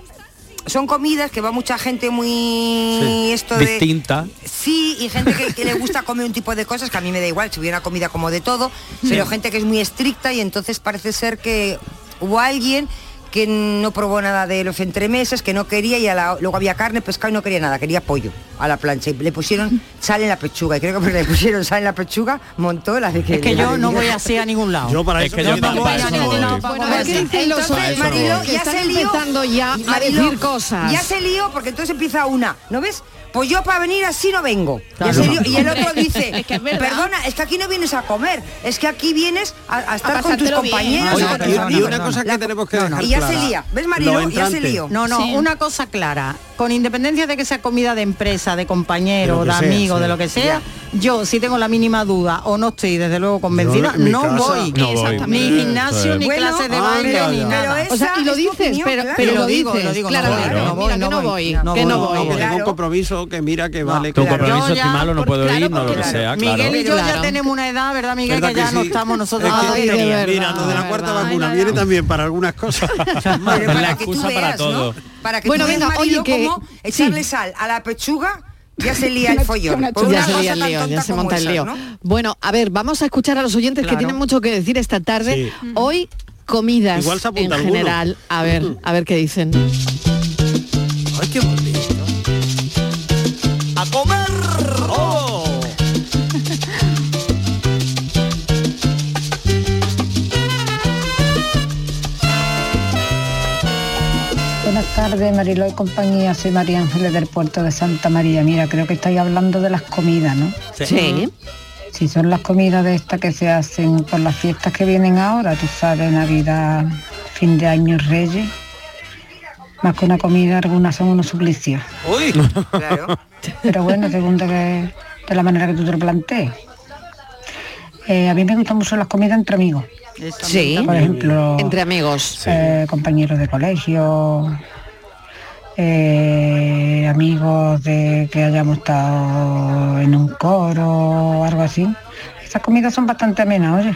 [SPEAKER 5] son comidas que va mucha gente muy esto de.
[SPEAKER 3] Distinta.
[SPEAKER 5] Sí, y gente que, que le gusta comer un tipo de cosas que a mí me da igual, si hubiera una comida como de todo, pero gente que es muy estricta y entonces parece ser que hubo alguien que no probó nada de los entremeses, que no quería y a la- luego había carne, pescado y no quería nada, quería pollo a la plancha y le pusieron sal en la pechuga y creo que porque le pusieron sal en la pechuga montó la de que
[SPEAKER 7] Es que yo no voy así a ningún lado.
[SPEAKER 4] Yo para
[SPEAKER 3] Es
[SPEAKER 4] eso
[SPEAKER 3] que yo
[SPEAKER 4] no
[SPEAKER 3] para-
[SPEAKER 4] tengo
[SPEAKER 3] para
[SPEAKER 4] idea.
[SPEAKER 3] eso no voy.
[SPEAKER 7] no,
[SPEAKER 2] Bueno,
[SPEAKER 7] Bueno,
[SPEAKER 2] a ver qué dicen los
[SPEAKER 5] Entonces,
[SPEAKER 2] hombres,
[SPEAKER 5] Mariló,
[SPEAKER 2] que
[SPEAKER 5] ya
[SPEAKER 2] están
[SPEAKER 5] se lió.
[SPEAKER 2] empezando ya a
[SPEAKER 5] Mariló,
[SPEAKER 2] decir cosas.
[SPEAKER 5] Ya se lío porque entonces empieza una, ¿no ves? Pues yo para venir así no vengo. Ya
[SPEAKER 7] Claro.
[SPEAKER 5] se lió. Y el otro dice,
[SPEAKER 6] Es que es verdad.
[SPEAKER 5] perdona, es que aquí no vienes a comer, es que aquí vienes a, a estar con tus
[SPEAKER 6] pasártelo bien.
[SPEAKER 5] compañeros.
[SPEAKER 4] Oye,
[SPEAKER 5] o con
[SPEAKER 4] y-
[SPEAKER 5] tus
[SPEAKER 4] y,
[SPEAKER 5] amigos".
[SPEAKER 4] una cosa que tenemos que
[SPEAKER 5] no, no.
[SPEAKER 4] dejar
[SPEAKER 5] Y ya se
[SPEAKER 4] clara.
[SPEAKER 5] lía. ¿Ves, Mariló?
[SPEAKER 4] Los
[SPEAKER 5] Ya se
[SPEAKER 4] entrantes.
[SPEAKER 5] lió.
[SPEAKER 7] No, no,
[SPEAKER 6] Sí.
[SPEAKER 7] una cosa clara. Con independencia de que sea comida de empresa, de
[SPEAKER 4] De
[SPEAKER 7] compañero,
[SPEAKER 4] lo
[SPEAKER 7] de,
[SPEAKER 4] que sea,
[SPEAKER 7] amigo,
[SPEAKER 4] sí.
[SPEAKER 7] de lo que sea, yo si tengo la mínima duda o no estoy desde luego convencida,
[SPEAKER 4] en mi
[SPEAKER 7] no
[SPEAKER 4] casa
[SPEAKER 7] voy.
[SPEAKER 3] no voy.
[SPEAKER 7] Ni
[SPEAKER 6] Exactamente.
[SPEAKER 7] gimnasio, ni
[SPEAKER 5] Bueno,
[SPEAKER 7] clases de
[SPEAKER 4] ah,
[SPEAKER 7] baile,
[SPEAKER 4] mira,
[SPEAKER 7] ni
[SPEAKER 4] ya.
[SPEAKER 7] nada.
[SPEAKER 5] Pero
[SPEAKER 2] O sea,
[SPEAKER 5] esa
[SPEAKER 2] y lo
[SPEAKER 5] es tu
[SPEAKER 2] dices,
[SPEAKER 5] opinión,
[SPEAKER 2] pero,
[SPEAKER 5] claro.
[SPEAKER 2] pero
[SPEAKER 7] Y
[SPEAKER 2] lo
[SPEAKER 7] lo digo,
[SPEAKER 2] dices,
[SPEAKER 7] lo digo, no
[SPEAKER 3] voy,
[SPEAKER 2] claramente.
[SPEAKER 3] no
[SPEAKER 2] Mira,
[SPEAKER 7] voy,
[SPEAKER 2] que no
[SPEAKER 7] no
[SPEAKER 2] voy,
[SPEAKER 7] voy, no
[SPEAKER 2] que
[SPEAKER 7] voy,
[SPEAKER 2] no
[SPEAKER 7] no
[SPEAKER 2] voy.
[SPEAKER 4] No, que
[SPEAKER 7] Claro.
[SPEAKER 4] tengo un compromiso que mira que vale.
[SPEAKER 3] Tu
[SPEAKER 4] que-
[SPEAKER 7] claro.
[SPEAKER 3] compromiso
[SPEAKER 7] Yo ya,
[SPEAKER 3] estimal o no
[SPEAKER 7] por-
[SPEAKER 3] puedo
[SPEAKER 7] claro,
[SPEAKER 3] ir, no lo que
[SPEAKER 7] porque-
[SPEAKER 3] sea,
[SPEAKER 7] Miguel
[SPEAKER 3] claro.
[SPEAKER 7] y yo
[SPEAKER 2] Claro.
[SPEAKER 7] ya tenemos una edad, ¿verdad, Miguel?
[SPEAKER 4] ¿Verdad
[SPEAKER 7] Que ya
[SPEAKER 4] que
[SPEAKER 7] no
[SPEAKER 4] sí?
[SPEAKER 7] estamos nosotros.
[SPEAKER 4] Es que-
[SPEAKER 7] aquí.
[SPEAKER 2] Ay, de verdad,
[SPEAKER 4] mira, lo de la
[SPEAKER 2] de
[SPEAKER 4] cuarta
[SPEAKER 2] verdad.
[SPEAKER 4] vacuna
[SPEAKER 2] Ay,
[SPEAKER 4] viene también para algunas cosas.
[SPEAKER 5] Pero
[SPEAKER 3] Es la
[SPEAKER 5] para que tú
[SPEAKER 3] excusa para
[SPEAKER 5] veas,
[SPEAKER 3] todo.
[SPEAKER 5] ¿no? Para que
[SPEAKER 2] Bueno,
[SPEAKER 5] tú veas,
[SPEAKER 2] venga,
[SPEAKER 5] Mariló,
[SPEAKER 2] oye, que-
[SPEAKER 5] cómo
[SPEAKER 2] sí.
[SPEAKER 5] echarle sal a la pechuga, ya se lía el
[SPEAKER 6] Una-
[SPEAKER 5] follón.
[SPEAKER 6] una
[SPEAKER 5] Por
[SPEAKER 6] chucha.
[SPEAKER 2] ya
[SPEAKER 5] una
[SPEAKER 2] se lía
[SPEAKER 5] cosa
[SPEAKER 2] el
[SPEAKER 5] tan
[SPEAKER 2] lío, ya
[SPEAKER 5] tonta
[SPEAKER 2] se
[SPEAKER 5] como
[SPEAKER 2] monta el
[SPEAKER 5] esa,
[SPEAKER 2] lío.
[SPEAKER 5] ¿no?
[SPEAKER 2] Bueno, a ver, vamos a escuchar a los oyentes que
[SPEAKER 7] Claro.
[SPEAKER 2] tienen mucho que decir esta tarde. Hoy, comidas
[SPEAKER 4] Igual se apunta
[SPEAKER 2] en
[SPEAKER 4] alguno.
[SPEAKER 2] general. A ver, a ver qué dicen.
[SPEAKER 4] Ay, qué bonito.
[SPEAKER 8] ¡A comer!
[SPEAKER 3] oh.
[SPEAKER 9] Buenas tardes, Mariló y compañía. Soy María Ángeles del puerto de Santa María. Mira, creo que estáis hablando de las comidas, ¿no?
[SPEAKER 2] Sí.
[SPEAKER 9] Si son las comidas de estas que se hacen por las fiestas que vienen ahora, tú sabes, Navidad, fin de año, Reyes. Más que una comida, algunas son unos suplicios.
[SPEAKER 8] ¡Uy!
[SPEAKER 5] Claro.
[SPEAKER 9] Pero bueno, según de, que- de la manera que tú te lo plantees. Eh, a mí me gustan mucho las comidas entre amigos.
[SPEAKER 2] Sí.
[SPEAKER 9] Por ejemplo,
[SPEAKER 2] Entre amigos.
[SPEAKER 9] eh, compañeros de colegio, eh, amigos de que hayamos estado en un coro o algo así. Esas comidas son bastante amenas, oye.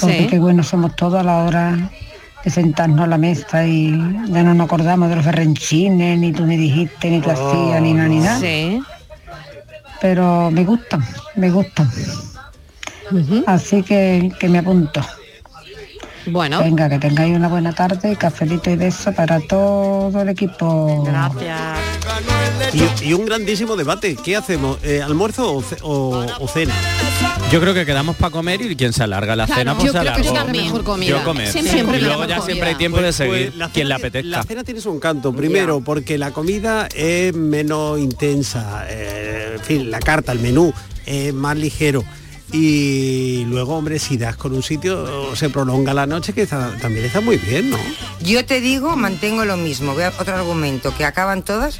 [SPEAKER 9] Porque
[SPEAKER 10] Sí.
[SPEAKER 9] qué bueno somos todos a la hora de sentarnos a la mesa y ya no nos acordamos de los berrenchines, ni tú me dijiste, ni tú hacías,
[SPEAKER 2] Oh,
[SPEAKER 9] ni nada, ni nada. Pero me gustan, me gustan. Así que, que me apunto.
[SPEAKER 2] Bueno.
[SPEAKER 9] Venga, que tengáis una buena tarde, cafelito y beso para todo el equipo.
[SPEAKER 7] Gracias.
[SPEAKER 4] Y, y un grandísimo debate. ¿Qué hacemos? Eh, ¿Almuerzo o, ce- o- o cena?
[SPEAKER 3] Yo creo que quedamos para comer y quien se alarga la
[SPEAKER 4] Claro,
[SPEAKER 3] cena, pues
[SPEAKER 4] yo
[SPEAKER 3] se
[SPEAKER 4] creo que
[SPEAKER 3] alarga.
[SPEAKER 4] es la mejor comida.
[SPEAKER 3] Yo comer.
[SPEAKER 4] Siempre es la
[SPEAKER 3] y luego
[SPEAKER 4] mejor
[SPEAKER 3] ya
[SPEAKER 4] comida.
[SPEAKER 3] siempre hay tiempo de
[SPEAKER 4] Pues- pues
[SPEAKER 3] seguir
[SPEAKER 4] la cena
[SPEAKER 3] quien le
[SPEAKER 4] La
[SPEAKER 3] apetezca.
[SPEAKER 4] cena tiene su encanto, primero, porque la comida es menos intensa, eh, en fin, la carta, el menú es más ligero. Y luego, hombre, si das con un sitio, se prolonga la noche, que está- también está muy bien, ¿no?
[SPEAKER 5] Yo te digo, mantengo lo mismo. Voy a otro argumento, que acaban todas.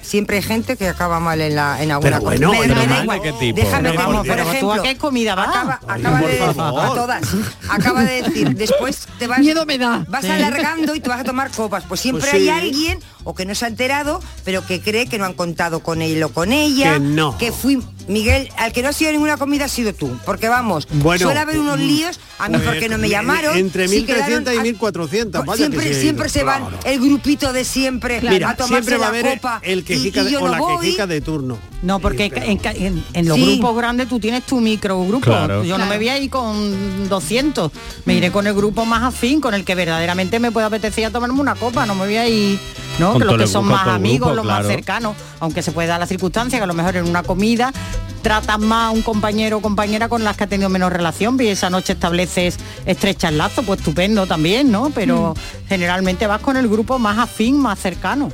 [SPEAKER 5] Siempre hay gente que acaba mal en, la, en alguna
[SPEAKER 4] Pero bueno,
[SPEAKER 5] cosa. Me-
[SPEAKER 4] pero
[SPEAKER 5] me da
[SPEAKER 4] mal,
[SPEAKER 5] igual.
[SPEAKER 4] ¿de qué tipo?
[SPEAKER 5] Déjame
[SPEAKER 4] Pero por
[SPEAKER 5] como,
[SPEAKER 4] Ah,
[SPEAKER 5] por
[SPEAKER 4] Dios.
[SPEAKER 7] ¿Tú
[SPEAKER 5] ejemplo,
[SPEAKER 7] a qué comida va?
[SPEAKER 5] acaba
[SPEAKER 7] Por
[SPEAKER 5] de
[SPEAKER 7] favor.
[SPEAKER 5] a todas. Acaba de decir, después te vas
[SPEAKER 2] Miedo me da.
[SPEAKER 5] Vas
[SPEAKER 2] Sí.
[SPEAKER 5] alargando y te vas a tomar copas. Pues siempre
[SPEAKER 2] Pues
[SPEAKER 5] hay
[SPEAKER 2] sí.
[SPEAKER 5] alguien o que no se ha enterado, pero que cree que no han contado con él o con ella.
[SPEAKER 4] Que no.
[SPEAKER 5] Que fui Miguel, al que no ha sido ninguna comida ha sido tú, porque vamos,
[SPEAKER 4] Bueno,
[SPEAKER 5] suele haber unos
[SPEAKER 4] mm,
[SPEAKER 5] líos, a mí
[SPEAKER 4] pues,
[SPEAKER 5] porque no me
[SPEAKER 4] en-
[SPEAKER 5] llamaron.
[SPEAKER 4] entre
[SPEAKER 5] si quedaron
[SPEAKER 4] 1300 y
[SPEAKER 5] a-
[SPEAKER 4] 1400, vaya que
[SPEAKER 5] siempre
[SPEAKER 4] sí,
[SPEAKER 5] siempre se van
[SPEAKER 4] vámonos.
[SPEAKER 5] el grupito de siempre
[SPEAKER 4] Mira,
[SPEAKER 5] a tomarse
[SPEAKER 4] siempre va a
[SPEAKER 5] la
[SPEAKER 4] haber
[SPEAKER 5] copa
[SPEAKER 4] el
[SPEAKER 5] y-
[SPEAKER 4] quejica
[SPEAKER 5] y
[SPEAKER 4] de-
[SPEAKER 5] yo
[SPEAKER 4] o la
[SPEAKER 5] no voy.
[SPEAKER 4] quejica de turno.
[SPEAKER 7] No, porque en, ca- en- en los
[SPEAKER 4] Sí.
[SPEAKER 7] grupos grandes tú tienes tu microgrupo.
[SPEAKER 4] Claro.
[SPEAKER 7] Yo no
[SPEAKER 4] Claro.
[SPEAKER 7] me voy a ir con 200. Me
[SPEAKER 11] Mm.
[SPEAKER 7] iré con el grupo más afín, con el que verdaderamente me pueda apetecer a tomarme una copa. No me voy a ir, ¿no?
[SPEAKER 11] Con
[SPEAKER 7] Que los
[SPEAKER 11] todo
[SPEAKER 7] que
[SPEAKER 11] el
[SPEAKER 7] son
[SPEAKER 11] grupo,
[SPEAKER 7] más
[SPEAKER 11] todo el
[SPEAKER 7] amigos,
[SPEAKER 11] grupo,
[SPEAKER 7] los más
[SPEAKER 11] claro.
[SPEAKER 7] cercanos. Aunque se puede dar la circunstancia que a lo mejor en una comida tratas más a un compañero o compañera con las que ha tenido menos relación y esa noche estableces estrechas lazos, pues estupendo también, ¿no? Pero
[SPEAKER 11] Mm.
[SPEAKER 7] generalmente vas con el grupo más afín, más cercano.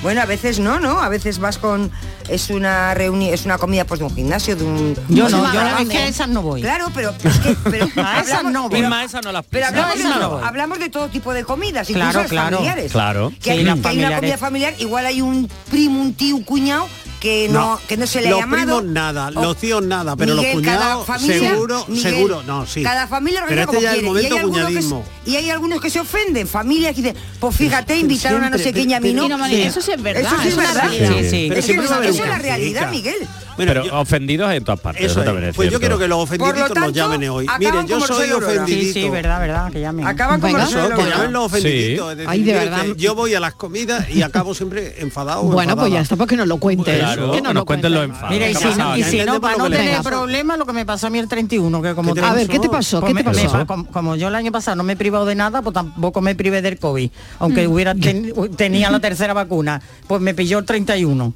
[SPEAKER 5] Bueno, a veces no, ¿no? A veces vas con es una reunión, es una comida pues de un gimnasio, de un
[SPEAKER 7] Yo no,
[SPEAKER 5] de un
[SPEAKER 7] yo
[SPEAKER 5] trabajo.
[SPEAKER 7] es que a esas no voy.
[SPEAKER 5] Claro, pero es que pero
[SPEAKER 7] A esas
[SPEAKER 5] hablamos-
[SPEAKER 7] no voy.
[SPEAKER 5] pero-
[SPEAKER 7] Inma, a esas no las
[SPEAKER 5] Pero
[SPEAKER 7] piso. No,
[SPEAKER 5] hablamos,
[SPEAKER 7] a esas
[SPEAKER 5] de,
[SPEAKER 7] no voy.
[SPEAKER 5] hablamos de todo tipo de comidas, incluso
[SPEAKER 7] Claro,
[SPEAKER 5] las
[SPEAKER 7] claro.
[SPEAKER 5] familiares.
[SPEAKER 7] Claro.
[SPEAKER 5] Que hay,
[SPEAKER 7] Sí, las
[SPEAKER 5] que hay una comida
[SPEAKER 7] familiares.
[SPEAKER 5] familiar, igual hay un primo, un tío, un cuñado que no, que no se le
[SPEAKER 4] los
[SPEAKER 5] ha llamado.
[SPEAKER 4] primos nada,
[SPEAKER 5] O-
[SPEAKER 4] los tíos nada, pero los
[SPEAKER 5] Miguel, cada
[SPEAKER 4] cuñados
[SPEAKER 5] familia-
[SPEAKER 4] seguro,
[SPEAKER 5] Miguel,
[SPEAKER 4] seguro, no, sí.
[SPEAKER 5] Cada familia
[SPEAKER 4] pero
[SPEAKER 5] organiza
[SPEAKER 4] este
[SPEAKER 5] como
[SPEAKER 4] ya es el
[SPEAKER 5] quiere.
[SPEAKER 4] momento
[SPEAKER 5] y, hay algunos que,
[SPEAKER 4] cuñadismo.
[SPEAKER 5] se- y hay algunos que se ofenden, familias que dicen, pues fíjate,
[SPEAKER 4] Pero
[SPEAKER 5] invitaron a no sé
[SPEAKER 4] siempre,
[SPEAKER 5] quién y a mí
[SPEAKER 4] pero-
[SPEAKER 5] no.
[SPEAKER 4] pero- Sí, eso sí es verdad,
[SPEAKER 5] Eso sí es
[SPEAKER 4] es una
[SPEAKER 5] verdad.
[SPEAKER 4] realidad. Sí, sí. Pero
[SPEAKER 5] Eso
[SPEAKER 4] siempre
[SPEAKER 5] es-
[SPEAKER 4] va a haber
[SPEAKER 5] eso es
[SPEAKER 4] un
[SPEAKER 5] la
[SPEAKER 4] conflicto.
[SPEAKER 5] realidad, Miguel.
[SPEAKER 3] Pero ofendidos en todas partes. Eso,
[SPEAKER 4] Eso
[SPEAKER 3] también
[SPEAKER 4] es.
[SPEAKER 3] es
[SPEAKER 4] Pues yo
[SPEAKER 3] cierto.
[SPEAKER 4] quiero que los ofendiditos
[SPEAKER 5] tanto,
[SPEAKER 4] nos llamen hoy.
[SPEAKER 5] acaban
[SPEAKER 4] Miren, yo
[SPEAKER 5] como el
[SPEAKER 4] soy
[SPEAKER 5] rollo Aurora.
[SPEAKER 4] ofendidito.
[SPEAKER 7] Sí, sí, verdad, verdad, que llamen.
[SPEAKER 5] Acaban como
[SPEAKER 4] Eso, que llamen los ofendiditos.
[SPEAKER 3] Sí.
[SPEAKER 4] es decir,
[SPEAKER 2] Ay, de
[SPEAKER 4] yo,
[SPEAKER 2] verdad.
[SPEAKER 4] te- yo voy a las comidas y acabo siempre enfadado. o
[SPEAKER 2] Bueno, pues ya
[SPEAKER 4] enfadada.
[SPEAKER 2] está, porque no lo cuentes.
[SPEAKER 4] Ah, Claro, pues
[SPEAKER 2] que no
[SPEAKER 4] que
[SPEAKER 2] lo
[SPEAKER 4] nos cuenten los
[SPEAKER 2] cuentes.
[SPEAKER 4] enfados. Mira, y
[SPEAKER 7] Y si, no- y si no,
[SPEAKER 4] Entendemos
[SPEAKER 7] para
[SPEAKER 4] lo
[SPEAKER 7] no
[SPEAKER 4] que le
[SPEAKER 7] tener
[SPEAKER 4] pasó.
[SPEAKER 7] problemas, lo que me pasó a mí el 31, que como
[SPEAKER 2] ¿Qué te
[SPEAKER 7] te
[SPEAKER 2] A ver, pasó? ¿qué te pasó?
[SPEAKER 7] Pues
[SPEAKER 2] ¿Qué
[SPEAKER 7] me-
[SPEAKER 2] te
[SPEAKER 7] me-
[SPEAKER 2] pasó?
[SPEAKER 7] com- como, yo el año pasado no me he privado de nada, pues tampoco me privé del COVID, aunque
[SPEAKER 2] Mm.
[SPEAKER 7] hubiera ten- tenía la tercera vacuna, pues me pilló el 31.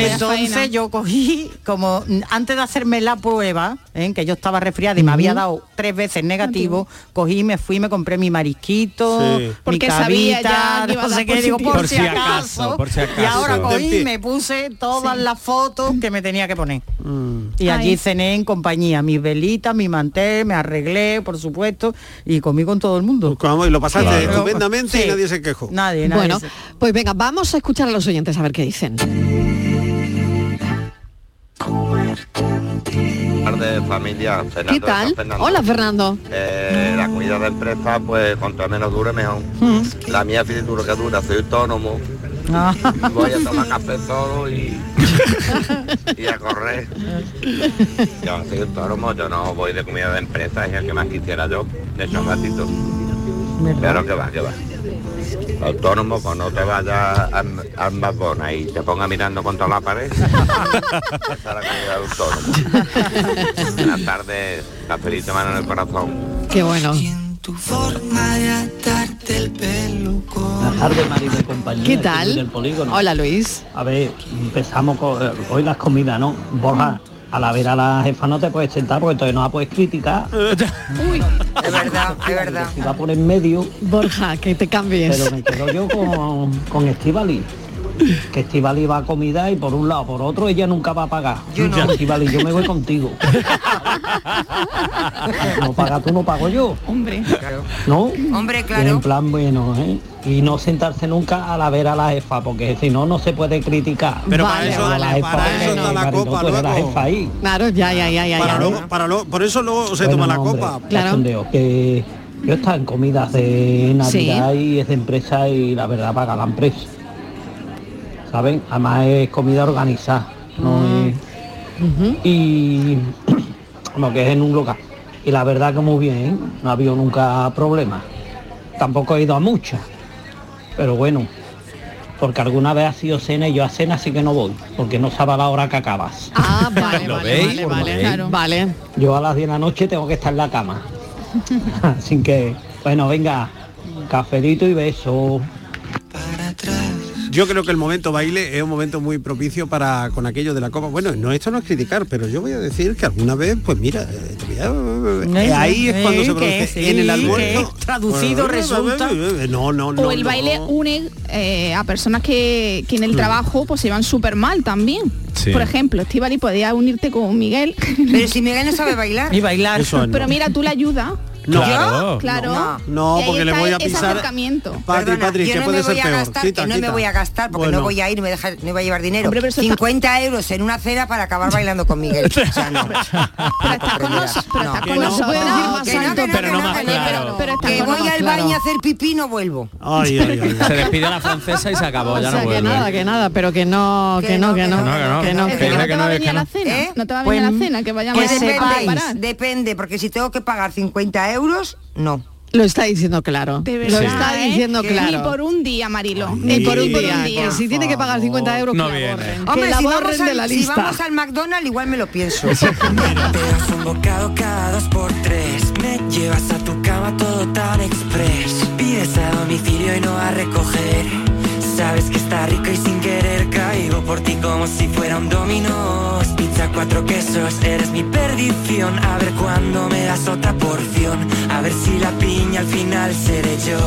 [SPEAKER 7] Entonces yo cogí, como mm, antes de hacerme la prueba, ¿eh? que yo estaba resfriada y me había dado tres veces negativo, cogí, me fui, me compré mi marisquito,
[SPEAKER 11] Sí.
[SPEAKER 7] mi
[SPEAKER 11] Porque sabía
[SPEAKER 7] cabita,
[SPEAKER 11] ya que iba a
[SPEAKER 7] no
[SPEAKER 11] dar
[SPEAKER 7] sé qué, digo,
[SPEAKER 11] positivo.
[SPEAKER 7] por, si acaso,
[SPEAKER 11] por si
[SPEAKER 7] Y
[SPEAKER 11] acaso.
[SPEAKER 7] ahora cogí,
[SPEAKER 11] Del pie.
[SPEAKER 7] me puse todas las fotos que me tenía que poner.
[SPEAKER 4] Mm.
[SPEAKER 7] Y
[SPEAKER 11] Ay.
[SPEAKER 7] allí cené en compañía, mis velitas, mi mantel, me arreglé, por supuesto, y comí con todo el mundo.
[SPEAKER 4] Pues y lo pasaste
[SPEAKER 7] Claro.
[SPEAKER 4] estupendamente
[SPEAKER 7] Sí.
[SPEAKER 4] y nadie se quejó.
[SPEAKER 7] Nadie, nadie.
[SPEAKER 2] Bueno,
[SPEAKER 7] se-
[SPEAKER 2] pues venga, vamos a escuchar a los oyentes a ver qué dicen.
[SPEAKER 12] de familia. Fernando
[SPEAKER 2] ¿Qué
[SPEAKER 12] de
[SPEAKER 2] tal?
[SPEAKER 12] San Fernando.
[SPEAKER 2] Hola, Fernando.
[SPEAKER 12] Eh, la comida de empresa, pues contra menos dure mejor.
[SPEAKER 2] Mm.
[SPEAKER 12] La mía tiene duro que dura, soy autónomo. Ah. Voy a tomar café solo y, y a correr. Yo soy autónomo, yo no voy de comida de empresa, es el que más quisiera yo, de hecho un ratito. Pero que va, que va. Autónomo, pues no te vayas a ambas bonas y te ponga mirando contra la pared. Esa es la comida de autónomo. Buenas tardes, la feliz mano en el corazón.
[SPEAKER 2] Qué bueno.
[SPEAKER 13] Buenas tardes, marido y compañía.
[SPEAKER 2] ¿Qué
[SPEAKER 13] aquí
[SPEAKER 2] tal?
[SPEAKER 13] Luis Del polígono.
[SPEAKER 2] Hola, Luis.
[SPEAKER 13] A ver, empezamos con eh, hoy las comidas, ¿no? Borja, a la ver a la jefa no te puedes sentar porque entonces no la puedes criticar.
[SPEAKER 2] Uy,
[SPEAKER 5] Es verdad, es verdad.
[SPEAKER 13] Si va por en medio,
[SPEAKER 2] Borja, que te cambies.
[SPEAKER 13] pero me quedo yo con, con Estivali. Que Estivali va a comida y por un lado, por otro, ella nunca va a pagar. Yo
[SPEAKER 2] no.
[SPEAKER 13] Estivali, yo me voy contigo. No paga tú, no pago yo.
[SPEAKER 7] Hombre.
[SPEAKER 13] ¿No?
[SPEAKER 5] Hombre,
[SPEAKER 13] Y
[SPEAKER 5] claro.
[SPEAKER 13] en plan bueno, ¿eh? Y no sentarse nunca a la ver a la jefa, porque si no, no se puede criticar.
[SPEAKER 4] Pero para Vale, eso- vale,
[SPEAKER 13] la jefa,
[SPEAKER 4] para eso está la
[SPEAKER 13] Marito,
[SPEAKER 4] copa
[SPEAKER 13] tú eres la
[SPEAKER 4] luego.
[SPEAKER 13] jefa ahí.
[SPEAKER 2] Claro, ya, ya, ya, ya.
[SPEAKER 4] Para
[SPEAKER 2] ya.
[SPEAKER 4] luego- para luego- por eso luego Pues se
[SPEAKER 13] Bueno,
[SPEAKER 4] toma la
[SPEAKER 13] hombre,
[SPEAKER 4] copa.
[SPEAKER 13] cachondeo, que Yo estaba en comidas de Navidad y es de empresa y la verdad paga la empresa. ¿Saben? Además es comida organizada. ¿no? es- Y como que es en un local. Y la verdad que muy bien, ¿eh? no ha habido nunca problemas. Tampoco he ido a muchas. Pero bueno, porque alguna vez ha sido cena y yo a cena así que no voy, porque no sabe la hora que acabas.
[SPEAKER 2] Ah, vale,
[SPEAKER 13] ¿Lo
[SPEAKER 2] vale,
[SPEAKER 13] veis?
[SPEAKER 2] vale,
[SPEAKER 13] ¿Lo
[SPEAKER 2] vale,
[SPEAKER 13] veis?
[SPEAKER 2] claro. vale.
[SPEAKER 13] Yo a las 10 de la noche tengo que estar en la cama. Así que, bueno, venga, cafelito y beso.
[SPEAKER 4] Yo creo que el momento baile es un momento muy propicio para con aquello de la copa. Bueno, no esto no es criticar, pero yo voy a decir que alguna vez, pues mira, eh, te voy a- eh, ahí es cuando
[SPEAKER 7] eh,
[SPEAKER 4] se
[SPEAKER 7] que
[SPEAKER 4] produce
[SPEAKER 7] sí,
[SPEAKER 4] en el
[SPEAKER 7] que
[SPEAKER 4] almuerzo.
[SPEAKER 7] es traducido resulta.
[SPEAKER 4] No, no, no.
[SPEAKER 6] o el
[SPEAKER 4] no. Mm.
[SPEAKER 6] baile une eh, a personas que, que en el trabajo pues se van súper mal también.
[SPEAKER 4] Sí.
[SPEAKER 6] Por ejemplo, Estivali podía unirte con Miguel.
[SPEAKER 5] Pero si Miguel no sabe bailar.
[SPEAKER 7] Y bailar.
[SPEAKER 4] Eso no.
[SPEAKER 6] Pero mira, tú le ayudas.
[SPEAKER 4] No. Claro.
[SPEAKER 6] Claro. Claro.
[SPEAKER 4] No,
[SPEAKER 6] Y ahí
[SPEAKER 4] porque le
[SPEAKER 6] está
[SPEAKER 4] voy a
[SPEAKER 6] ese
[SPEAKER 4] pisar-
[SPEAKER 6] acercamiento.
[SPEAKER 4] Patri,
[SPEAKER 5] Perdona,
[SPEAKER 4] Patri,
[SPEAKER 5] yo
[SPEAKER 4] que
[SPEAKER 5] no
[SPEAKER 4] puede
[SPEAKER 5] me voy
[SPEAKER 4] ser
[SPEAKER 5] a
[SPEAKER 4] peor.
[SPEAKER 5] gastar,
[SPEAKER 4] Quita,
[SPEAKER 5] que no me
[SPEAKER 4] quita.
[SPEAKER 5] voy a gastar porque
[SPEAKER 4] Bueno.
[SPEAKER 5] no voy a ir, me, deja- no voy a llevar dinero.
[SPEAKER 6] Hombre, pero eso está-
[SPEAKER 5] 50 euros en una cena para acabar bailando con Miguel. O sea, no.
[SPEAKER 6] Está
[SPEAKER 5] Que
[SPEAKER 6] con
[SPEAKER 5] no,
[SPEAKER 6] nosotros.
[SPEAKER 5] que no, que no, que no,
[SPEAKER 3] pero no
[SPEAKER 5] que no,
[SPEAKER 3] más
[SPEAKER 5] que no,
[SPEAKER 3] claro.
[SPEAKER 5] pero-
[SPEAKER 6] está
[SPEAKER 5] Que
[SPEAKER 6] con
[SPEAKER 5] voy
[SPEAKER 6] nosotros,
[SPEAKER 5] al baño
[SPEAKER 6] claro.
[SPEAKER 5] a hacer pipí y no vuelvo.
[SPEAKER 4] Ay, ay, ay.
[SPEAKER 10] Se despide la francesa y se acabó,
[SPEAKER 2] O
[SPEAKER 10] ya
[SPEAKER 2] sea,
[SPEAKER 10] no
[SPEAKER 2] que
[SPEAKER 10] vuelve.
[SPEAKER 2] nada, que nada, pero que no, que no, que no, que no,
[SPEAKER 10] que no, que no,
[SPEAKER 6] venir
[SPEAKER 10] que
[SPEAKER 6] a la
[SPEAKER 10] no.
[SPEAKER 6] cena.
[SPEAKER 5] ¿Eh?
[SPEAKER 6] No te va a venir a la cena, que vayamos
[SPEAKER 5] Pues
[SPEAKER 6] a
[SPEAKER 5] depende,
[SPEAKER 6] preparar.
[SPEAKER 5] depende, porque si tengo que pagar 50 euros, no.
[SPEAKER 2] Lo está diciendo claro.
[SPEAKER 6] De
[SPEAKER 2] Lo
[SPEAKER 6] verdad,
[SPEAKER 2] está
[SPEAKER 6] ¿eh?
[SPEAKER 2] diciendo
[SPEAKER 6] Que Ni
[SPEAKER 2] claro.
[SPEAKER 6] por un día, Marilo.
[SPEAKER 2] Ni por un día. Que si tiene que pagar 50 euros,
[SPEAKER 10] No
[SPEAKER 2] que la
[SPEAKER 10] viene.
[SPEAKER 2] borren. Que
[SPEAKER 5] Hombre,
[SPEAKER 2] la
[SPEAKER 5] si vamos,
[SPEAKER 2] borren de la
[SPEAKER 5] al, si
[SPEAKER 2] lista.
[SPEAKER 5] vamos al McDonald's igual me lo pienso.
[SPEAKER 14] Te das un bocado cada dos por tres. Me llevas a tu cama todo tan express. Pides a domicilio y no a recoger. Sabes que está rico y sin querer caigo por ti como si fuera un dominó. Pizza cuatro quesos, eres mi perdición. A ver cuándo me das otra porción. A ver si la piña al final seré yo.